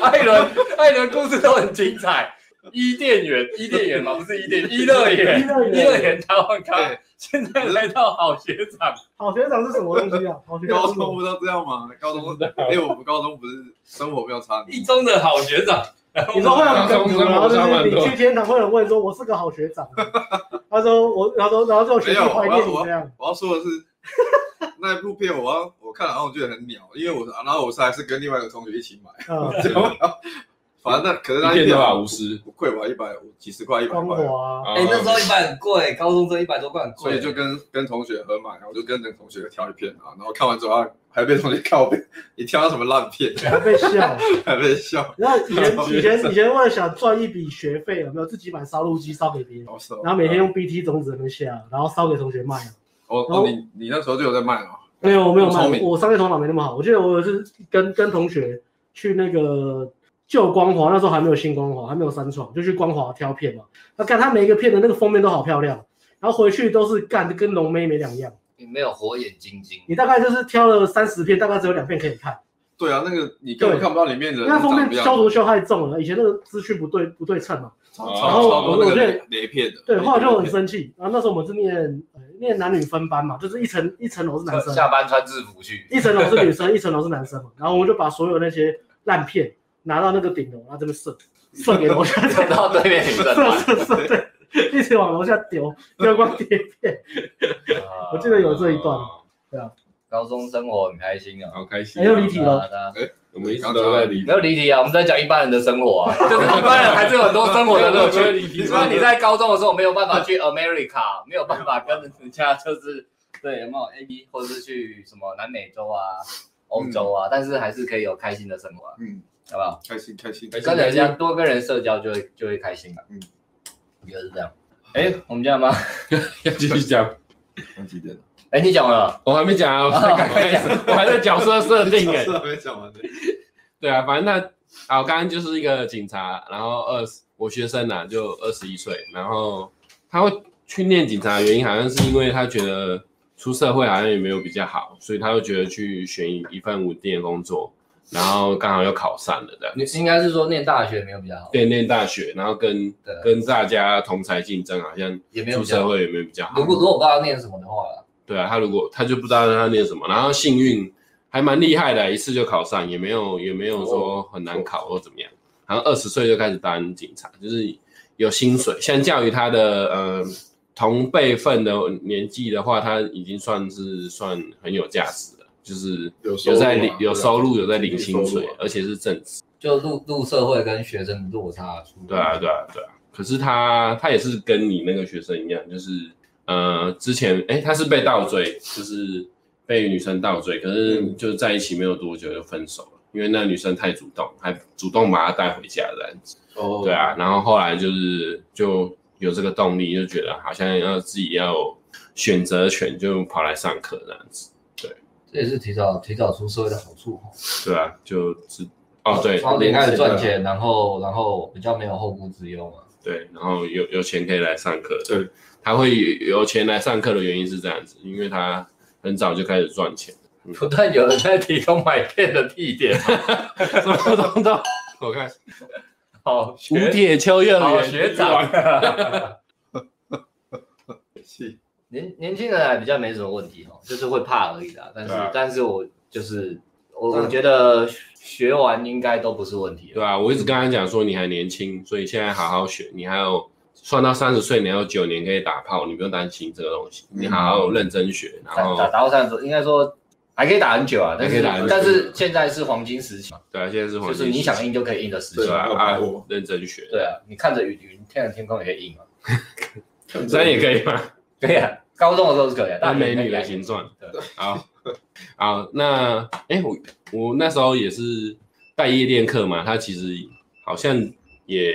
艾伦，艾伦故事都很精彩。伊甸园，伊甸园嘛，不是伊甸，伊乐园，伊乐园伊乐园台湾咖对，现在来到好学长。好学长是什么东西啊？好学长高是什中么？不都这样吗？高中，哎，我们高中不是生活没有差 <laughs> 一你，中的好学长，你说会有高梗中图，然后就高中是很多你去天堂会有人问说我是个好学长，他说我，然后然后就学弟怀念你这 <laughs> 样。我要说的是。那一部片我 <laughs> 要我看了，然后我觉得很鸟，因为我然后我是还是跟另外一个同学一起买，啊，结果反正那可是那一一片片都吧吧，五十，不贵吧，一百五几十块，一百光块，华哎哎、那时候一百很贵，高中生一百多块很贵，所以就跟跟同学合买，然后就跟那个同学挑一片啊，然后看完之后他还被同学靠背，你挑什么烂片，啊还 <laughs> 被笑。还被笑，然后以前以前以前为了想赚一笔学费，有没有自己买烧录机烧给别人，好爽。然后每天用 BT 种子在那边下，然后烧给同学卖。哦，然后哦你你那时候就有在卖哦，没有，我没有聪卖，明我商业头脑没那么好。我记得我有一次跟跟同学去那个旧光华，那时候还没有新光华，还没有三创，就去光华挑片嘛。那看他每一个片的那个封面都好漂亮，然后回去都是干跟龙妹没两样。你没有火眼金睛，你大概就是挑了三十片，大概只有两片可以看，对啊，那个你根本对看不到里面的人因为它长封面什么样消毒消太重了，以前那个资讯不对不对称嘛。超然超后超多我那觉个得雷雷片的，对，后来就很雷片生气。然后那时候我们是念、呃、念男女分班嘛，就是一层一层楼是男生，下班穿制服去。一层楼是女生，一层楼是男生嘛。然后我们就把所有那些烂片拿到那个顶楼，然后这边射，射给楼 <laughs> 下，走到对面女生 <laughs> 射来，射射，对，一直往楼下丢，月光碟片。我记得有这一段啊，哦高中生活很开心啊。好开心哎，啊。又离题了。了，我们一直都在离没有离题啊，我们在讲一般人的生活啊，就是一般人还是有很多生活的乐趣。 <laughs> 你说你在高中的时候没有办法去 America，没有办法跟人家就是对有没有 A B 或者是去什么南美洲啊、欧洲啊，但是还是可以有开心的生活啊，嗯，好不好？开心开心，跟人家多跟人社交就会就会开心了、嗯，我觉得是这样。哎，我们这样吗？要继续讲，忘记点了，啊哎，你讲完了，我还没讲啊，我才刚开始，我还在角色设定哎。是还没讲完呢。对啊，反正那啊，我刚刚就是一个警察，然后二十，我学生啊，就二十一岁，然后他会去念警察的原因，好像是因为他觉得出社会好像也没有比较好，所以他会觉得去选一一份稳定的工作，然后刚好又考上了这样，你应该是说念大学没有比较好，对，念大学，然后跟对跟大家同才竞争，好像也没有出比较社好。会也没有比较好如。果如果我不知道念什么的话啦，对啊，他如果他就不知道他念什么，然后幸运还蛮厉害的，一次就考上，也没有也没有说哦很难考或怎么样，好像二十岁就开始当警察，就是有薪水，相较于他的呃同辈份的年纪的话，他已经算是算很有价值了，就是有收有入啊在领有收入，对啊有在领薪有收水入啊，而且是正职。就入入社会跟学生的落差出。对啊，对啊，对啊。可是他他也是跟你那个学生一样，就是呃，之前哎，他是被倒追，就是被女生倒追，可是嗯就在一起没有多久就分手了，因为那女生太主动，还主动把他带回家这样子。哦，对，啊，然后后来就是就有这个动力，就觉得好像要自己要有选择权，就跑来上课这样子。这也是提早提早出社会的好处哦。对啊，就是哦对，啊从零开始赚钱，然后然后比较没有后顾之忧嘛。对，然后有有钱可以来上课。对，他会有钱来上课的原因是这样子，因为他很早就开始赚钱，不但有人在提供买片的地点， <laughs> 什 <laughs> 么东东？我看好吴哦学铁秋幼儿好园学长。 <laughs> 是年年轻人还比较没什么问题哦，就是会怕而已啦。但是、对啊但是我就是我嗯我觉得学完应该都不是问题对了。吧、我一直跟他讲说你还年轻，所以现在好好学，你还有算到三十岁，你还有九年可以打炮，你不用担心这个东西，你好嗯好认真学，啊然打后打打到三十多，应该说还可以打很久啊，但还可是以打很久但是现在是黄金时期嘛，对啊，现在是黄就金是你期想硬就可以硬的时对期。吧、要啊？把握认真学，对啊，你看着云云，看着天空也可以硬啊。这样也可以吗？对啊， <laughs> 高中的时候是可以、啊，那大学美女的来形状。对，好，好，那哎、诶我我那时候也是带夜店课嘛，他其实好像也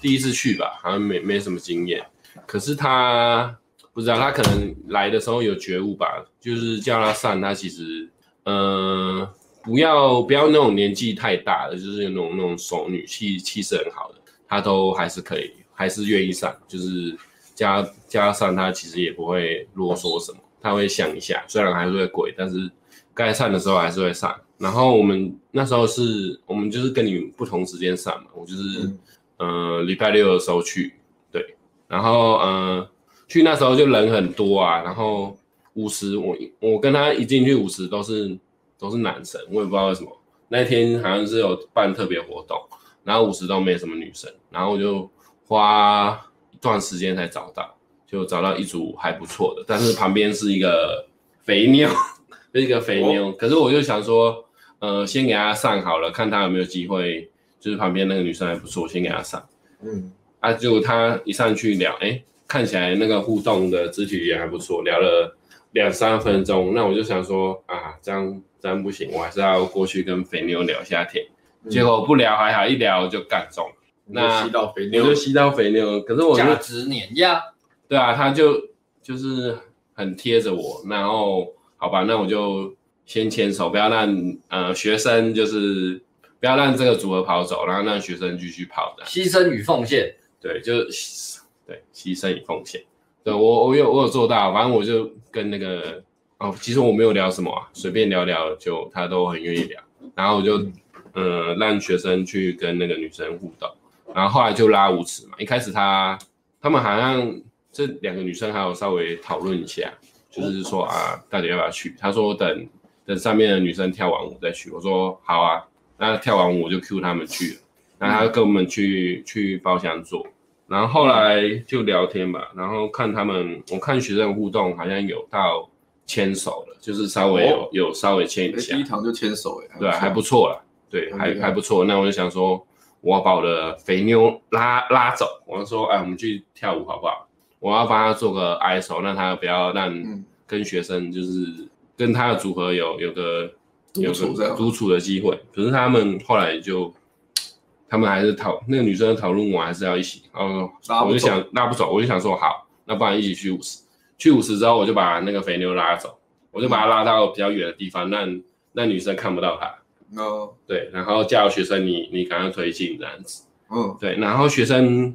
第一次去吧，好像没没什么经验。可是他不知道，他可能来的时候有觉悟吧，就是叫他上，他其实嗯、呃不要不要那种年纪太大的，就是那种那种熟女气气势很好的，他都还是可以，还是愿意上，就是加加上他其实也不会啰嗦什么，他会想一下，虽然还是会鬼，但是该上的时候还是会上。然后我们那时候是我们就是跟你不同时间上嘛，我就是、呃礼拜六的时候去，对，然后呃去那时候就人很多啊，然后五十我我跟他一进去五十都是都是男生，我也不知道为什么那天好像是有办特别活动。然后五十都没什么女生，然后我就花一段时间才找到，就找到一组还不错的，但是旁边是一个肥妞， <laughs> 是一个肥妞，可是我就想说，呃，先给她上好了，看她有没有机会就是旁边那个女生还不错，先给她上。嗯，啊，结果她一上去聊，哎，看起来那个互动的肢体语言还不错，聊了两三分钟，那我就想说啊，这样这样不行，我还是要过去跟肥妞聊一下天。结果不聊还好，一聊就干中了，那就吸到肥我妞就，吸到肥妞了，可是我就价值碾压，对啊，他就就是很贴着我，然后好吧，那我就先牵手，不要让呃学生就是不要让这个组合跑走，然后让学生继续跑的，牺牲与奉献，对，就是对牺牲与奉献，对我我有我有做到，反正我就跟那个哦，其实我没有聊什么啊，随便聊聊就他都很愿意聊，然后我就呃让学生去跟那个女生互动，然后后来就拉五尺嘛，一开始他他们好像这两个女生还有稍微讨论一下，就是说啊，到底要不要去？他说等等上面的女生跳完舞再去。我说好啊，那跳完舞我就 Q 他们去了，然后他跟我们去去包厢坐，然后后来就聊天吧，然后看他们，我看学生互动好像有到牵手了，就是稍微有、哦有稍微牵一哎下第一，堂就牵手哎，对啊、还不错啦，对，很还厉害还不错。那我就想说，我要把我的肥妞拉拉走，我就说，哎，我们去跳舞好不好？我要帮他做个 ISO，让他不要让嗯跟学生就是跟他的组合有有个有独处这个样独处的机会。可是他们后来就，他们还是讨那个女生讨论完还是要一起，然后拉不走我就想拉不走，我就想说好，那不然一起去五十，去五十之后我就把那个肥妞拉走，我就把她拉到比较远的地方，让那女生看不到她。那对，然后叫学生你你赶快推进这样子。嗯，对，然后学生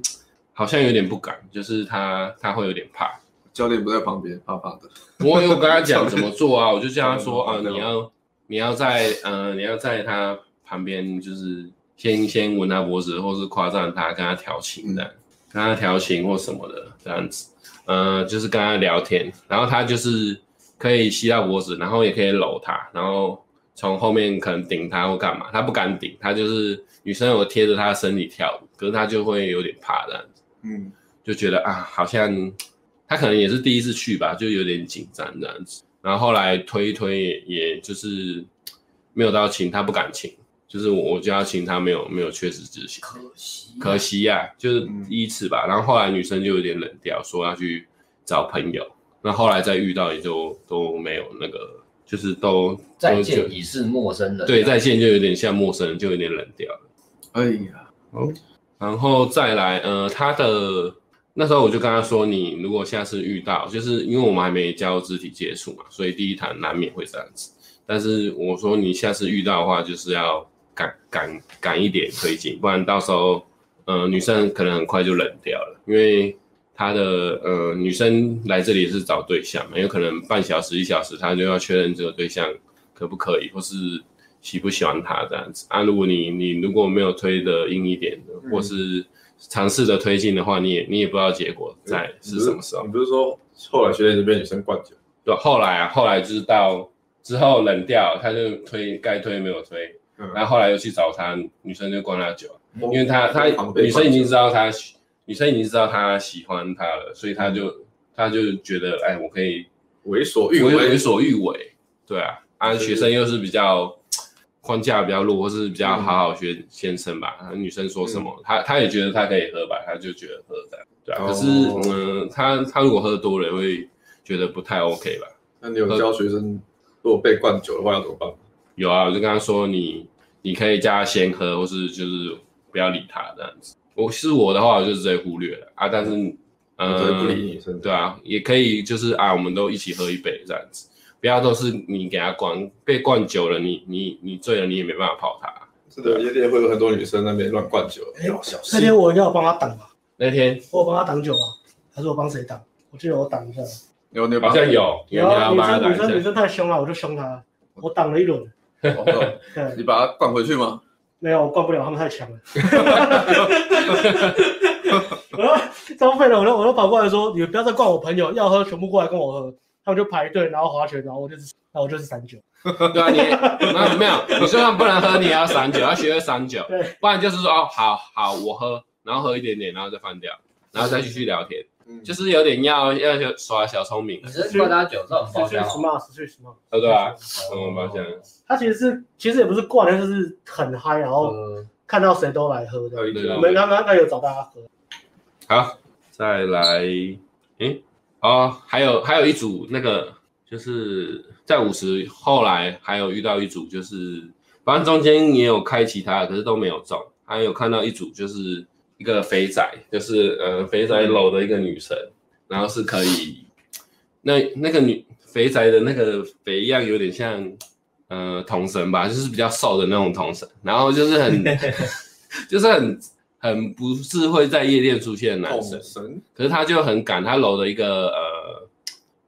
好像有点不敢，就是他他会有点怕。教练不在旁边，怕怕的。 <laughs> 我有跟他讲怎么做啊，我就叫他说啊，嗯你要你要在呃你要在他旁边，就是先先闻他脖子，或是夸赞他，跟他调情的，跟他调情或什么的这样子，呃，就是跟他聊天，然后他就是可以吸到脖子，然后也可以搂他，然后从后面可能顶他或干嘛，他不敢顶，他就是女生有贴着他的身体跳舞，可是他就会有点怕这样子。嗯，就觉得啊，好像他可能也是第一次去吧，就有点紧张这样子。然后后来推一推，也就是没有到亲，他不敢亲，就是我我就要亲他，没有没有确实执行，可惜可惜呀、就是嗯第一次吧。然后后来女生就有点冷掉，说要去找朋友。那后来再遇到也就都没有那个，就是都再都见就已是陌生人。啊对再见就有点像陌生人，就有点冷掉。哎呀，然后再来，呃，他的那时候我就跟他说，你如果下次遇到，就是因为我们还没教肢体接触嘛，所以第一堂难免会这样子。但是我说你下次遇到的话，就是要赶赶赶一点推进，不然到时候，呃，女生可能很快就冷掉了，因为她的呃女生来这里是找对象嘛，有可能半小时一小时，她就要确认这个对象可不可以，或是喜不喜欢他这样子啊。如果你你如果没有推的硬一点的，或是尝试的推进的话，你也你也不知道结果在是什么时候。嗯你不是说后来学生就被女生灌酒？对，后来啊，后来就是到之后冷掉，他就推该推没有推，嗯然后后来又去找他，女生就灌他酒，哦因为他他被灌酒女生已经知道他喜，女生已经知道他喜欢他了，所以他就他就觉得哎，我可以为所嗯欲我有为为，所欲为，对啊，啊，就是学生又是比较框架比较弱，或是比嗯较好好学先生吧，啊女生说什么，他他也觉得他可以喝吧，他就觉得喝这样，对啊，可是哦嗯，他他如果喝多了也会觉得不太 OK 吧。那你有教学生如果被灌酒的话要怎么办？有啊，我就跟他说你你可以叫他先喝，或是就是不要理他这样子。我是我的话，我就直接忽略了啊。但是，我呃就，不理女生对啊，也可以就是啊，我们都一起喝一杯这样子，不要都是你给他灌，被灌久了，你你你醉了，你也没办法泡他。是的，夜店会有很多女生在那边乱灌酒，哎呦，小那心！天我应该有帮他挡吧？那天我有帮他挡酒吧？啊还是我帮谁挡？我记得我挡一下。有那好像有，你有要啊，帮女生他打女一下生女，生太凶了，我就凶她，我挡了一轮。对，你把它灌回去吗？没有，我灌不了，他们太强了。 <laughs> 我说张飞了，我就我就跑过来说，你们不要再灌我朋友，要喝全部过来跟我喝。他们就排队，然后划拳，然后我就是，然后我就是散酒。对啊，你 <laughs> 那没有，你就算不能喝，你也要散酒，要学会散酒对，不然就是说哦，好好我喝，然后喝一点点，然后再放掉，然后再继续聊天。嗯就是是有点要要耍小聪明你了，是灌他酒，这很包去厢哦 smart，去 smart。啊呃，对啊，什么包厢？他其实是，其实也不是灌，他就是很嗨，然后呃，看到谁都来喝的。对对我们对刚刚那有找大家喝，好，再来，诶，哦，还有还有一组那个就是在五十后来还有遇到一组，就是反正中间也有开其他的，可是都没有中。还有看到一组就是一个肥仔，就是呃肥仔搂的一个女生，然后是可以，那那个女肥仔的那个肥样有点像呃童神吧，就是比较瘦的那种童神，然后就是很就是很很不是会在夜店出现的男生桶，神，可是他就很敢，他搂了一个呃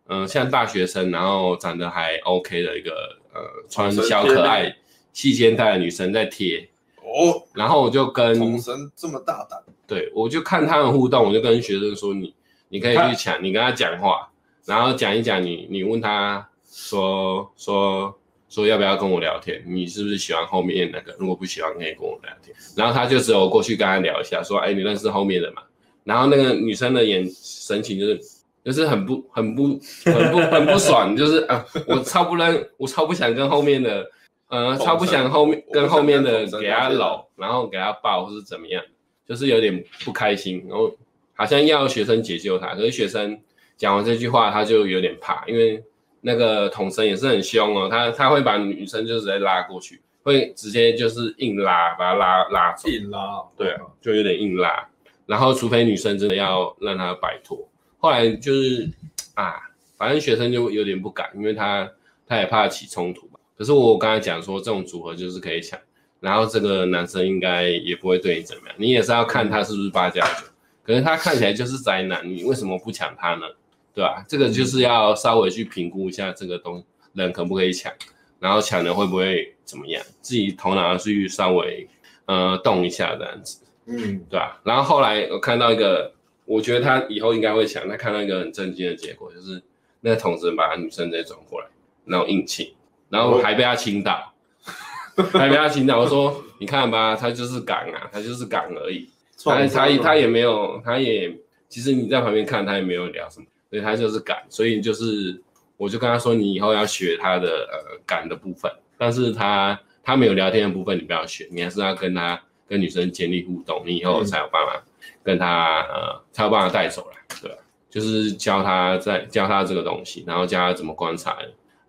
嗯、呃像大学生，然后长得还 OK 的一个呃穿小可爱细肩带的女生在贴，哦，然后我就跟桶神这么大胆，对我就看他们互动，我就跟学生说你你可以去抢，你跟他讲话，然后讲一讲你你问他说说说要不要跟我聊天，你是不是喜欢后面那个？如果不喜欢可以跟我聊天，然后他就只有过去跟他聊一下，说哎你认识后面的吗？然后那个女生的眼神情就是就是很不很不很 <laughs> 不很不爽，就是啊，我超不认，我超不想跟后面的，呃，同超不想后面跟后面我的不想跟给他同事搂，然后给他抱或是怎么样，就是有点不开心，然后好像要学生解救他，可是学生讲完这句话他就有点怕，因为那个统神也是很凶哦，他他会把女生就直接拉过去，会直接就是硬拉把他拉拉走，硬拉，对啊，就有点硬拉。然后，除非女生真的要让他摆脱，后来就是啊，反正学生就有点不敢，因为他他也怕起冲突吧。可是我刚才讲说，这种组合就是可以抢，然后这个男生应该也不会对你怎么样，你也是要看他是不是八加九。可是他看起来就是宅男，你为什么不抢他呢？对吧、这个就是要稍微去评估一下这个东人可不可以抢，然后抢了会不会怎么样，自己头脑要去稍微呃动一下这样子。嗯，对啊，然后后来我看到一个，我觉得他以后应该会想，他看到一个很震惊的结果，就是那个童子把女生直接转过来，然后硬亲，然后还被他亲到，还被他亲到。我说你看吧，他就是港啊，他就是港而已。他他他也没有，他也其实你在旁边看他也没有聊什么，所以他就是敢，所以就是我就跟他说你以后要学他的呃敢的部分，但是他他没有聊天的部分你不要学，你还是要跟他跟女生建立互动，你以后才有办法跟他呃才有办法带走啦，对吧就是教他在教他这个东西，然后教他怎么观察，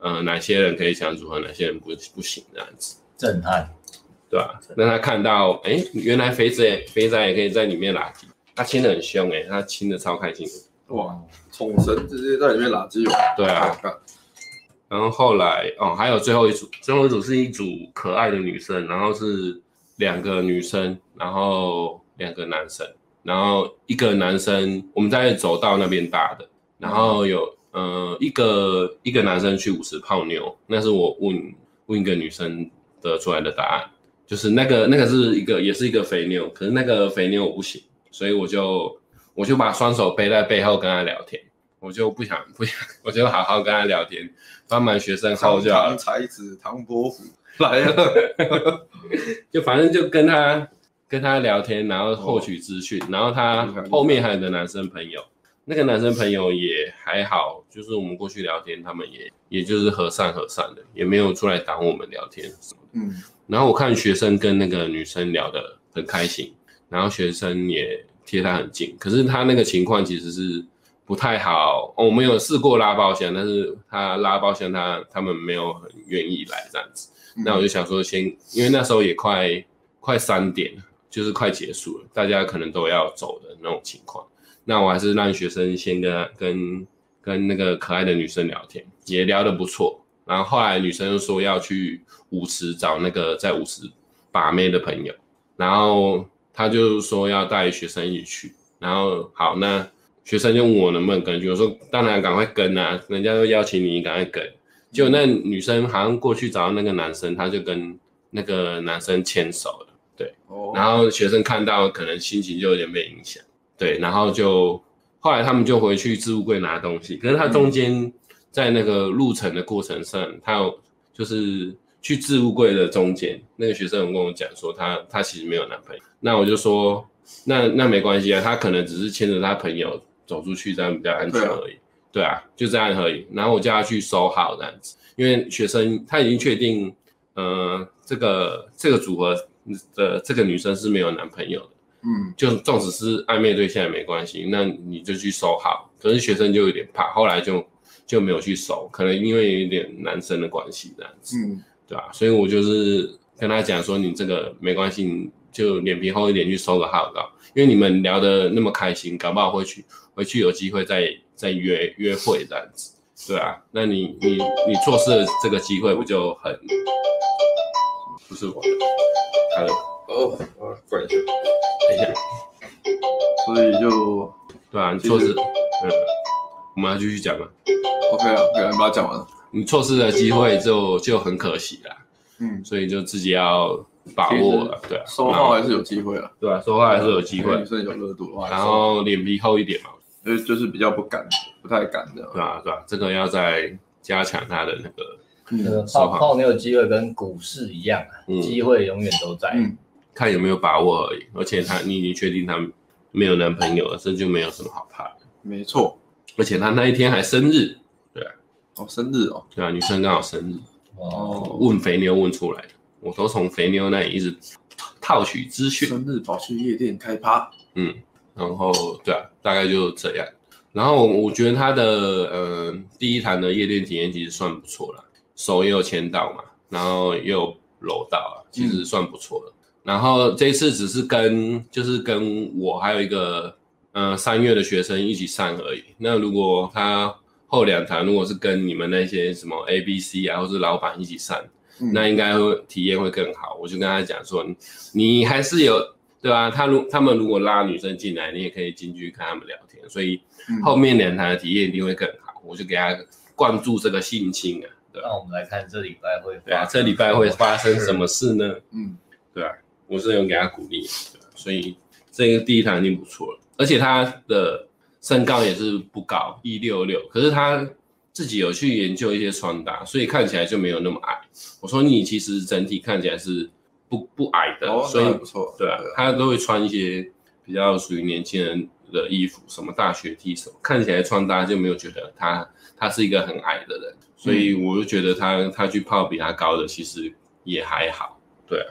呃哪些人可以相处和哪些人不不行这样子。震撼，对吧、让他看到，哎、原来肥仔也肥仔也可以在里面拉鸡，他亲的很凶哎、诶他亲的超开心的。哇，桶神直接在里面拉基友，对啊，好看然后后来哦，还有最后一组，最后一组是一组可爱的女生，然后是两个女生，然后两个男生，然后一个男生，我们在走道那边搭的，然后有呃一个一个男生去五十泡妞，那是我问问一个女生得出来的答案，就是那个那个是一个也是一个肥妞，可是那个肥妞我不行，所以我就我就把双手背在背后跟她聊天，我就不想不想，我就好好跟她聊天。帮忙学生号就好唐了，才子唐伯虎， <laughs> 来了，就反正就跟他跟他聊天，然后获取资讯，然后他后面还有个男生朋友，那个男生朋友也还好，就是我们过去聊天，他们也也就是和善和善的，也没有出来挡我们聊天什么的。嗯，然后我看学生跟那个女生聊得很开心，然后学生也贴他很近，可是他那个情况其实是不太好。哦我们有试过拉包厢，但是他拉包厢他他们没有很愿意来这样子。那我就想说先，因为那时候也快快三点了，就是快结束了，大家可能都要走的那种情况。那我还是让学生先跟她跟跟那个可爱的女生聊天，也聊得不错。然后后来女生又说要去舞池找那个在舞池把妹的朋友，然后他就说要带学生一起去。然后好，那学生就问我能不能跟去，我说当然赶快跟啊，人家都邀请你，赶快跟。结果那女生好像过去找到那个男生，他就跟那个男生牵手了。哦，然后学生看到可能心情就有点被影响，对，然后就后来他们就回去置物柜拿东西，可是他中间在那个路程的过程上，他有就是去置物柜的中间，那个学生有跟我讲说他他其实没有男朋友，那我就说那那没关系啊，他可能只是牵着他朋友走出去，这样比较安对全啊而已，对啊，就这样而已。然后我叫他去收好这样子，因为学生他已经确定，呃，这个这个组合的这个女生是没有男朋友的，嗯，就纵使是暧昧对象也没关系，那你就去收好。可是学生就有点怕，后来就就没有去收，可能因为有点男生的关系这样子，嗯，对吧、所以我就是跟他讲说，你这个没关系，你就脸皮厚一点去收个好稿，因为你们聊得那么开心，搞不好回去回去有机会再再约约会这样子，对啊，那你你你错失了这个机会，不就很不是我的，他的哦，啊怪一下，等一下。所以就对啊，你错失，嗯，我们要继续讲啊。 OK 啊，OK，啊你把它讲完了。你错失的机会就就很可惜啦，嗯，所以就自己要把握了，对啊，收号还是有机会啊，对啊，说话还是有机女会，生有热度的话，然后脸皮厚一点嘛，就就是比较不敢，不太敢这样。对啊，对啊，这个要再加强他的那个这嗯个说泡好泡妞的机会跟股市一样啊，嗯机会永远都在。嗯看有没有把握而已。而且他你已经确定他没有男朋友了，这就没有什么好怕的。没错，而且他那一天还生日，哦，生日哦，对啊，女生刚好生日，哦，哦，问肥妞问出来的，我都从肥妞那里一直套取资讯。生日跑去夜店开趴，然后对啊，大概就这样。然后我我觉得他的呃第一堂的夜店体验其实算不错了，手也有牵到嘛，然后也有搂到啊，其实算不错了。然后这一次只是跟就是跟我还有一个呃三月的学生一起上而已。那如果他后两堂如果是跟你们那些什么 A、B、C 啊，或是老板一起上，嗯那应该会体验会更好。我就跟他讲说，你你还是有对啊，他如他们如果拉女生进来，你也可以进去跟他们聊天，所以嗯后面两台的体验一定会更好。我就给他灌注这个信心啊，对啊那我们来看这礼拜会对啊，这礼拜会发生什么事呢？嗯，对啊，我是有给他鼓励，对啊所以这个第一堂已经不错了，而且他的身高也是不高，一六六，可是他自己有去研究一些穿搭，所以看起来就没有那么矮。我说你其实整体看起来是不不矮的，哦，所那以还不错，对啊，他都会穿一些比较属于年轻人的衣服，什么大学 T 什么，看起来穿搭就没有觉得他他是一个很矮的人，所以我就觉得他他去泡比他高的其实也还好，对啊，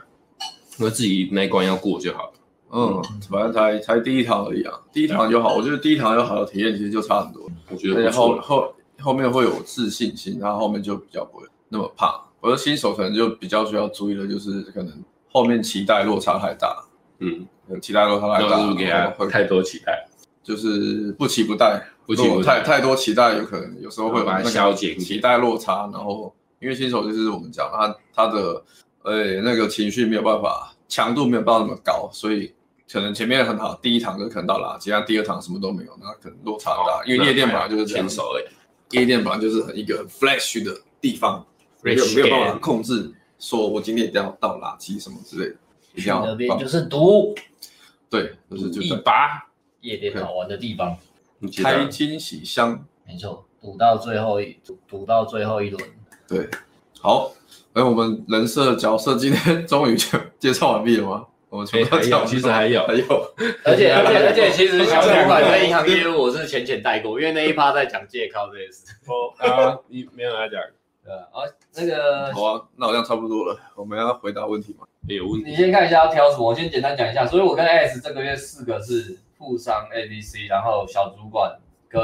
我自己那一关要过就好了，嗯，反正才才第一堂而已啊，第一堂就好，我觉得第一堂有好的体验，其实就差很多，我觉得而且不错后了，后后面会有自信心，然后后面就比较不会那么怕。我觉得新手可能就比较需要注意的，就是可能后面期待落差太大，呃嗯，期待落差那太大，我是不是给他然后会太多期待，就是不期不待，不期不待太太多期待，有可能有时候会有把它那个消减一点期待落差，然后因为新手就是我们讲他他的呃、那个情绪没有办法强度没有办法那么高，所以可能前面很好，第一堂就可能到垃圾，那第二堂什么都没有，那可能落差很哦大，因为夜店本来就是这样牵，啊手而已，哎夜店本来就是很一个很 flash 的地方，没有 Flash 没有办法 game 控制，说我今天一定要倒垃圾什么之类的，一定要那边放就是读对，就是就一在拔，夜店好玩的地方，你觉开得？惊喜箱。没错，赌到最后一赌赌到最后 <laughs> 一轮，对，好，哎，我们人设角色今天终于就介绍完毕了吗？我们全哎，部还都有，讲其实还有还，有，而且而且而且，其实小主管跟银行业务我是浅浅带过，因为那一趴在讲借靠这件事。啊，你没有来讲，对啊，啊那哦个好啊，那好像差不多了，我们要回答问题吗？有问你题，先看一下要挑什么，我先简单讲一下。所以我跟 S 这个月四个是富商 ABC，然后小主管跟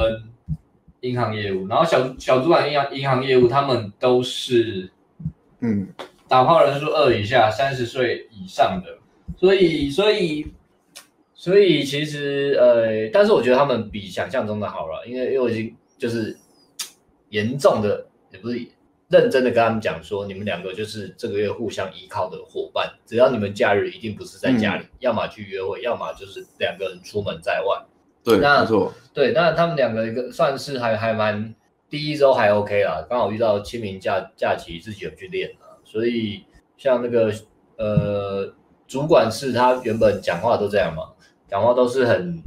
银行业务，然后小小主管银行银行业务他们都是嗯，打炮人数二以下，三十岁以上的，所以所以所以其实呃，但是我觉得他们比想象中的好了，因为因为我已经就是嘖严重的也不是认真的跟他们讲说，你们两个就是这个月互相依靠的伙伴，只要你们假日一定不是在家里，要么去约会，要么就是两个人出门在外。对，那没错，对，那他们两个一个算是还还蛮第一周还 OK 啦，刚好遇到清明假假期，自己有去练啊，所以像那个呃主管室，他原本讲话都这样嘛，讲话都是很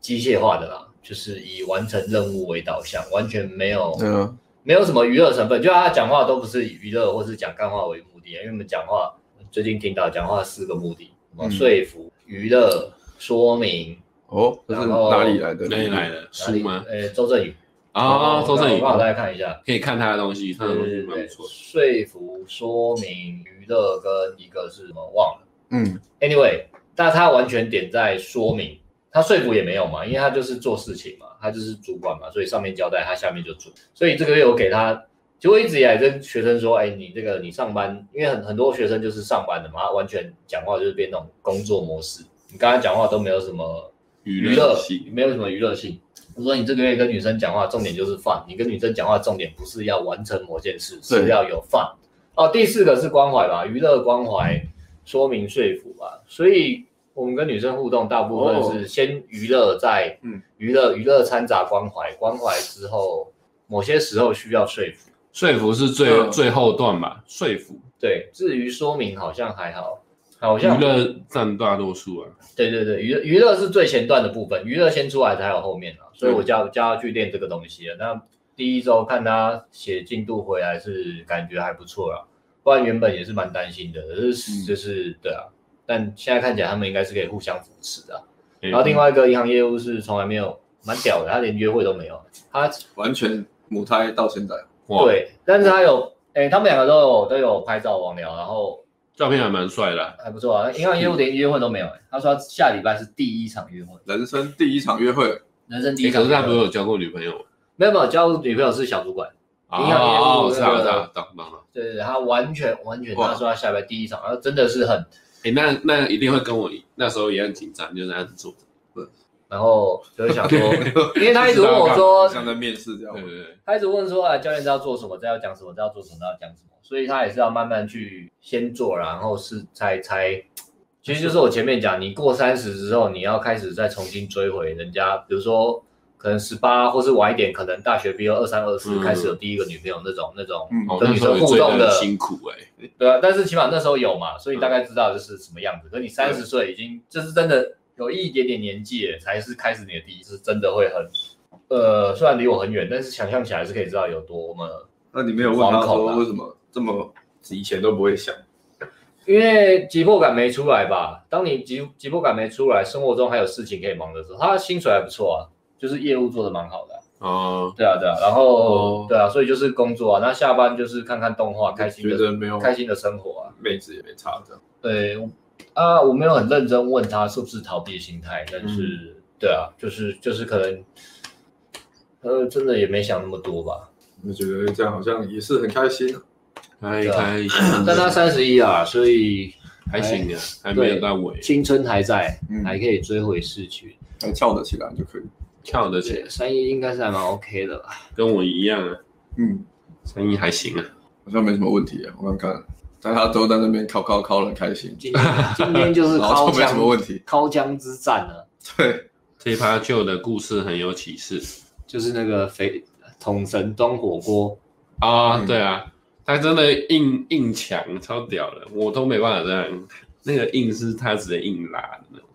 机械化的啦，就是以完成任务为导向，完全没有对啊，没有什么娱乐成分，就他讲话都不是以娱乐或是讲干话为目的，啊因为我们讲话最近听到讲话四个目的，什么嗯说服、娱乐、说明。哦，这是然后哪里来的？哪里来？的哪书里吗？呃，周正宇啊，周正宇，嗯帮我大家看一下。可以看他的东西，他的东西对对蛮不对，错的。说服、说明、娱乐跟一个是什么忘了，嗯， Anyway，但他完全点在说明，他说服也没有嘛，因为他就是做事情嘛，他就是主管嘛，所以上面交代他下面就做。所以这个月我给他，其实我一直以来跟学生说，哎，你这个你上班，因为很很多学生就是上班的嘛，他完全讲话就是变那种工作模式，你刚刚讲话都没有什么娱娱乐系，没有什么娱乐性。我说你这个月跟女生讲话，重点就是 fun。你跟女生讲话，重点不是要完成某件事，对是要有 fun。哦，第四个是关怀吧，娱乐关怀，说明说服吧。所以我们跟女生互动，大部分是先娱乐，再嗯娱乐，娱乐掺杂关怀，关怀之后，某些时候需要说服。说服是最、嗯最后段吧，说服对，至于说明好像还好，好娱像乐占大多数啊。对对对，娱乐娱乐是最前段的部分，娱乐先出来才有后面啊，所以嗯我叫叫他去练这个东西了。那第一周看他写进度回来是感觉还不错啦，不然原本也是蛮担心的，可是嗯就是、对啊，但现在看起来他们应该是可以互相扶持的啊、然然后另外一个银行业务是从来没有蛮屌的，他连约会都没有，他完全母胎到现在，哇，对，但是他有哎、他们两个都有都有拍照网聊，然后照片还蛮帅的啊、还不错啊，银行业务连约会都没有、哎他说他下礼拜是第一场约会，人生第一场约会，人生第诶一场可约是会。他不是有交过女朋友吗？没有没有，交女朋友是小主管，哦银行业务哦，那是啊个是啊，懂懂了。对对，对他完全完全，哇他说他下礼拜第一场，然后真的是很，哎、那那一定会跟我那时候也很紧张，就那样 <laughs> 子做。然后就会想 <laughs> 说，因为他一直问我不说知道要干嘛，像在面试这样对，对对，他一直问说，哎，教练这要做什么，这要讲什么，这要做什么，这要讲什么，所以他也是要慢慢去先做，然后是才才，其实就是我前面讲，你过三十之后，你要开始再重新追回人家，比如说可能十八，或是晚一点，可能大学毕业二三二四嗯开始有第一个女朋友那种那种，嗯，哦，跟那女时候生也互追动得的很辛苦哎、对啊，但是起码那时候有嘛，嗯所以大概知道就是什么样子。可你三十岁已经就是真的有一点点年纪了，才是开始你的第一次，真的会很，呃，虽然离我很远，但是想象起来是可以知道有多么。那你没有问他惶恐啊说为什么这么以前都不会想，因为急迫感没出来吧？当你急急迫感没出来，生活中还有事情可以忙的时候，他薪水还不错啊，就是业务做的蛮好的啊、哦，对啊，对啊，然后、哦对啊，所以就是工作啊，那下班就是看看动画，开心觉的得没有开心的生活啊。妹子也没差这样。对我啊，我没有很认真问他是不是逃避心态，但是、嗯对啊，就是就是可能，呃，真的也没想那么多吧。我觉得这样好像也是很开心啊，开对啊开心，嗯但他三十一啊，所以还行啊，还没有到尾，青春还在，嗯还可以追回逝去。还跳得起来就可以？跳得起来，对，三一应该是还蛮 OK 的 <laughs> 吧？跟我一样啊，嗯，声音还行啊。好像没什么问题啊。我看看，但他都在那边考考考得很开心，今天今天就是然后高就没什么江问题。高江之战呢，对，这一趴旧的故事很有启示就是那个肥桶神端火锅，啊、嗯对啊，他真的硬硬抢，超屌的，我都没办法这样。那个硬是他只能硬拉的那种，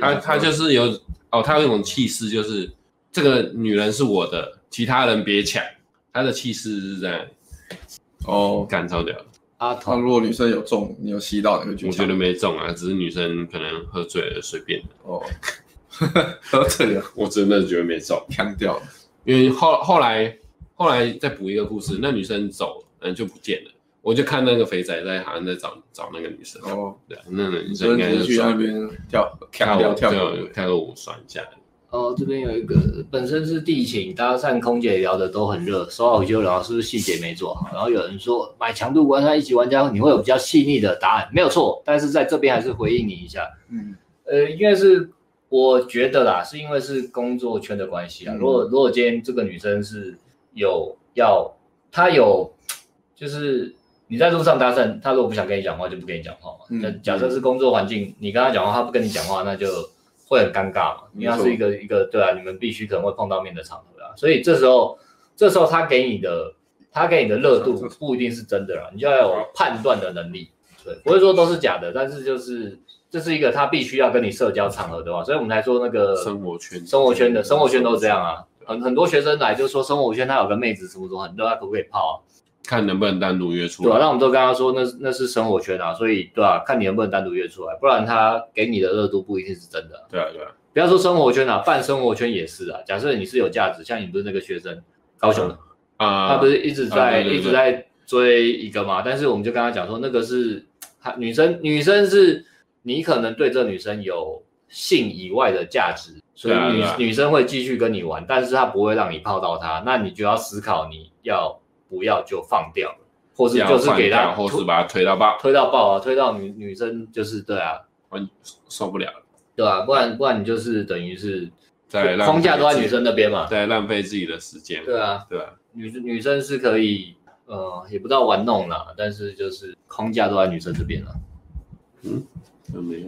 他他就是有哦，他那种气势就是这个女人是我的，其他人别抢。他的气势是这样，哦，干超屌的。阿他童如果女生有中，你有吸到，你会去我觉抢得没中啊，只是女生可能喝醉了随便。哦， <laughs> 喝醉了，我真的觉得没中。呛掉了。因为后后来后来再补一个故事，那女生走了，嗯，就不见了。我就看那个肥仔在好像在找找那个女生，哦，对，那个女女生生应该只就是去那边跳，看呛掉我跳跳舞。跳我算一下，哦，这边有一个本身是地勤，搭讪空姐聊的都很热，收到回就聊是不是细节没做好？然后有人说买强度关山一级玩家，你会有比较细腻的答案，没有错。但是在这边还是回应你一下，嗯，呃，应该是我觉得啦，是因为是工作圈的关系啊。嗯如果如果今天这个女生是有要，她有就是你在路上搭讪，她如果不想跟你讲话，就不跟你讲话嘛。嗯那、假设是工作环境，你跟她讲话，她不跟你讲话，那就会很尴尬嘛，因为她没错是一个一个对啊，你们必须可能会碰到面的场合啊。所以这时候这时候她给你的她给你的热度不一定是真的啦，你就要有判断的能力。对，不会说都是假的，但是就是这是一个他必须要跟你社交场合的话，所以我们才说那个呃生活圈生活圈的生活圈都这样啊。很很多学生来就说生活圈他有个妹子什么什么很热，他可不可以泡啊？看能不能单独约出对啊，来。那我们都跟他说那那是生活圈啊，所以对啊，看你能不能单独约出来，不然他给你的热度不一定是真的啊。对啊，对啊，不要说生活圈啊，半生活圈也是啊。假设你是有价值，像你不是那个学生，高雄的，啊，他不是一直在、啊对对对一直在追一个嘛？但是我们就跟他讲说，那个是她女生女生是你可能对这女生有性以外的价值，所以对啊女、对啊女生会继续跟你玩，但是她不会让你泡到她，那你就要思考你要不要就放掉，或是要就是换给她掉，或是把它推到爆，推到爆啊，推到女女生就是对啊，受不了了，对啊，不然不然你就是等于是再浪框架都在费女自己生那边嘛，再浪费自己的时间，对啊，对啊，女女生是可以呃也不到玩弄啦，但是就是框架都在女生这边了。有没有？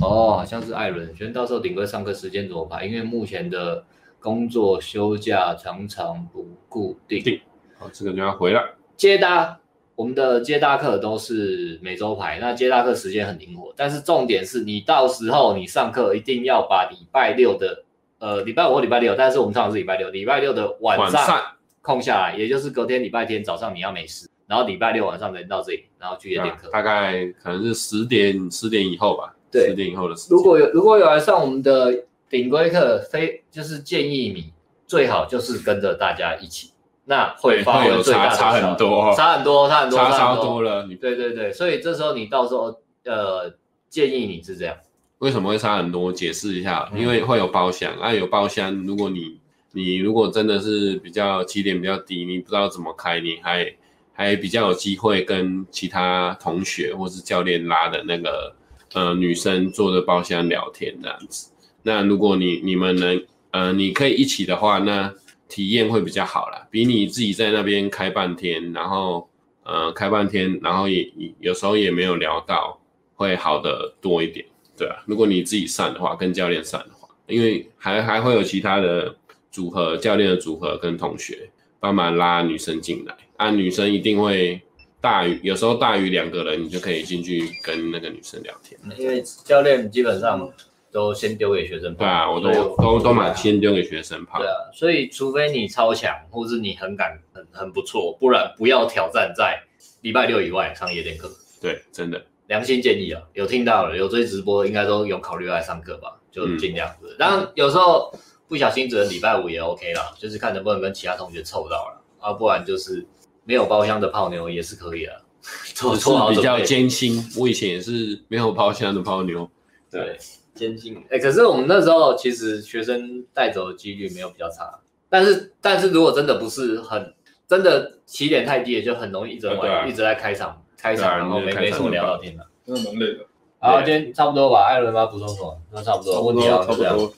哦，好像是艾伦，觉得到时候顶哥上课时间怎么排？因为目前的工作休假常常不固定。定好，这个就要回了。接搭，我们的接搭课都是每周排，那接搭课时间很灵活，但是重点是你到时候你上课一定要把礼拜六的，呃，礼拜五或礼拜六，但是我们上的是礼拜六，礼拜六的晚晚上上空下来，也就是隔天礼拜天早上你要没事，然后礼拜六晚上人到这里，然后去夜店课。啊大概可能是十点十点以后吧，对十点以后的时间。如果有如果有来上我们的顶规课，非就是建议你最好就是跟着大家一起，那会对发会挥有最大差的差很多，差很多，差很多，差很超多了。你对对对，所以这时候你到时候呃建议你是这样，为什么会差很多？我解释一下，嗯因为会有包厢，啊，有包厢，如果你你如果真的是比较起点比较低，你不知道怎么开，你还还比较有机会跟其他同学或是教练拉的那个呃女生坐着包厢聊天这样子。那如果你你们能呃你可以一起的话，那体验会比较好啦，比你自己在那边开半天，然后呃开半天，然后也也有时候也没有聊到，会好的多一点。对啊，如果你自己散的话，跟教练散的话，因为还还会有其他的组合，教练的组合跟同学帮忙拉女生进来，啊，女生一定会大于，有时候大于两个人，你就可以进去跟那个女生聊天。因为教练基本上都先丢给学生跑。对啊，我所都以都都蛮先丢给学生泡对。啊，所以除非你超强，或是你很敢很很不错，不然不要挑战在礼拜六以外上夜店课。对，真的，良心建议啊，有听到了，有追直播应该都有考虑来上课吧，就嗯尽量子。当然有时候不小心只能礼拜五也 OK 啦，就是看能不能跟其他同学凑到了啊，不然就是没有包厢的泡妞也是可以啊， <laughs> 做只是做好比准较备。艰辛。我以前也是没有泡香的泡 <laughs> 妞，对，监禁。哎、可是我们那时候其实学生带走的几率没有比较差，但是但是如果真的不是很真的起点太低，也就很容易一整晚、对啊一直在开场开对场，啊然后没你就没开场什么就聊爆到天啊了。真的蛮累的，好，今天差不多吧，艾伦吧，补充什么？那差不多，问题啊，差不这样。多。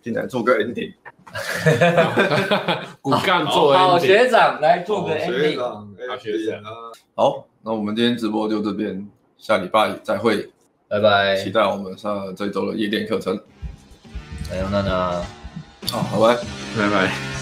进来做个 ending，骨干作为好，学长来做个好学 ending。长哦好学长 ending 啊。好，那我们今天直播就这边，下礼拜再会，拜拜，哎期待我们上这周的夜店课程。哎呦娜娜。好，拜拜。拜拜。